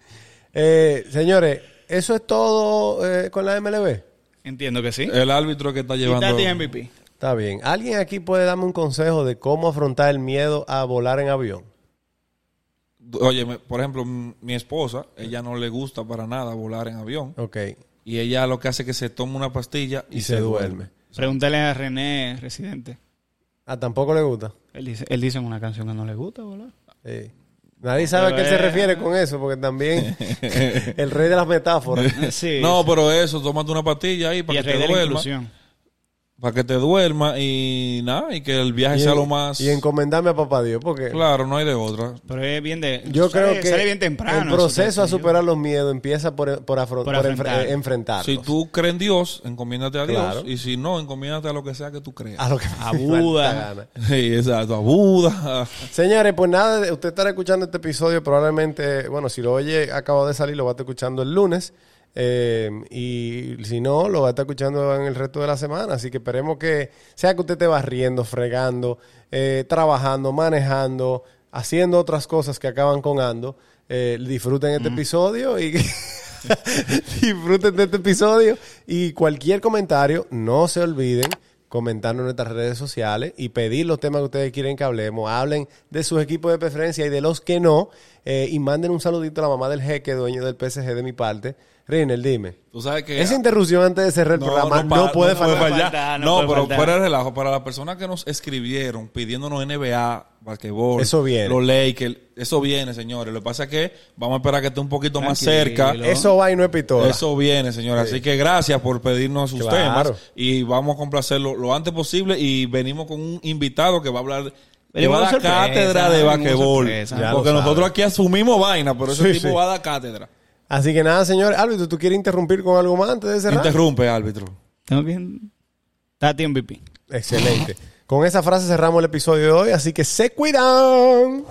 Speaker 1: Eh, señores, eso es todo eh, con la MLB.
Speaker 2: Entiendo que sí.
Speaker 3: El árbitro que está Eh, llevando.
Speaker 2: Quítate MVP.
Speaker 1: Está bien. ¿Alguien aquí puede darme un consejo de cómo afrontar el miedo a volar en avión?
Speaker 3: Oye, me- por ejemplo, m- mi esposa, ella no le gusta para nada volar en avión.
Speaker 1: Ok.
Speaker 3: Y ella lo que hace es que se toma una pastilla y,
Speaker 1: Y se duerme.
Speaker 2: Pregúntale a René, residente.
Speaker 1: Ah, tampoco le gusta.
Speaker 2: Él dice, él dice en una canción que no le gusta, [laughs] ¿verdad?
Speaker 1: Sí. Nadie sabe a qué
Speaker 2: Pero,
Speaker 1: él se
Speaker 2: eh.
Speaker 1: refiere con eso, porque
Speaker 3: [laughs]
Speaker 1: también el rey de las metáforas.
Speaker 2: Ah, Sí.
Speaker 3: No, pero eso, tómate una pastilla ahí
Speaker 2: y
Speaker 3: para
Speaker 2: el
Speaker 3: que
Speaker 2: rey
Speaker 3: te
Speaker 2: de la
Speaker 3: duerma.
Speaker 2: inclusión.
Speaker 3: para que te duerma y nada, y que el viaje
Speaker 1: Y,
Speaker 3: sea
Speaker 1: en-
Speaker 3: lo más...
Speaker 1: y encomendarme a papá Dios, porque
Speaker 3: Claro, no hay de otra.
Speaker 2: Pero es bien de.
Speaker 1: yo
Speaker 2: sale-
Speaker 1: creo que
Speaker 2: Sale bien temprano.
Speaker 1: el
Speaker 2: eso
Speaker 1: proceso
Speaker 2: te-
Speaker 1: a superar los miedos empieza por, por, afro-
Speaker 2: Por
Speaker 1: por
Speaker 2: afrontar.
Speaker 1: enfre- enfrentarlos.
Speaker 3: Si tú crees en Dios, encomiéndate a Dios.
Speaker 1: Claro.
Speaker 3: Y si no, encomiéndate a lo que sea que tú creas.
Speaker 1: a lo que
Speaker 2: A
Speaker 1: me
Speaker 2: Buda.
Speaker 1: da la gana.
Speaker 3: [laughs] Sí, exacto. A Buda. [laughs]
Speaker 1: Señores, pues nada, usted estará escuchando este episodio probablemente, bueno, si lo oye, acabo de salir, lo va a estar escuchando el lunes. eh, y si no, lo va a estar escuchando en el resto de la semana. Así que esperemos que sea que usted esté barriendo, fregando, eh, trabajando, manejando, haciendo otras cosas que acaban con Ando. eh, disfruten este episodio y [laughs] disfruten de este episodio. Y cualquier comentario, no se olviden comentarnos en nuestras redes sociales y pedir los temas que ustedes quieren que hablemos. Hablen de sus equipos de preferencia y de los que no. eh, y manden un saludito a la mamá del jeque, dueño del PSG de mi parte. Rinel, dime.
Speaker 3: Tú sabes que...
Speaker 1: Esa interrupción antes de cerrar el programa no,
Speaker 3: para-
Speaker 1: puede
Speaker 3: no
Speaker 1: faltar.
Speaker 2: faltar, Ah, no pues, puede
Speaker 3: no, pero
Speaker 2: faltar.
Speaker 3: fuera de relajo, para las personas que nos escribieron pidiéndonos NBA, basquetbol,
Speaker 1: Eso viene.
Speaker 3: los Lakers, eso viene, señores. Lo que pasa es que vamos a esperar que esté un poquito más
Speaker 2: Tranquilo.
Speaker 3: cerca.
Speaker 1: Eso va y no es pistola.
Speaker 3: Eso viene, señora. Así que gracias por pedirnos sus
Speaker 1: Claro.
Speaker 3: temas y vamos a complacerlo lo antes posible y venimos con un invitado que va a hablar que
Speaker 2: Venimos
Speaker 3: va a dar
Speaker 2: con sorpresa,
Speaker 3: cátedra de
Speaker 2: venimos con
Speaker 3: basquetbol.
Speaker 2: sorpresa.
Speaker 1: Ya lo
Speaker 3: Porque
Speaker 1: sabe.
Speaker 3: nosotros aquí asumimos vaina, pero ese
Speaker 1: Sí,
Speaker 3: tipo
Speaker 1: sí.
Speaker 3: va a dar cátedra.
Speaker 1: Así que nada, señor. Árbitro, ¿tú quieres interrumpir con algo más antes de cerrar?
Speaker 3: Interrumpe, árbitro.
Speaker 2: Tengo que. Tati MVP.
Speaker 1: Excelente. Con esa frase cerramos el episodio de hoy, así que se cuidan.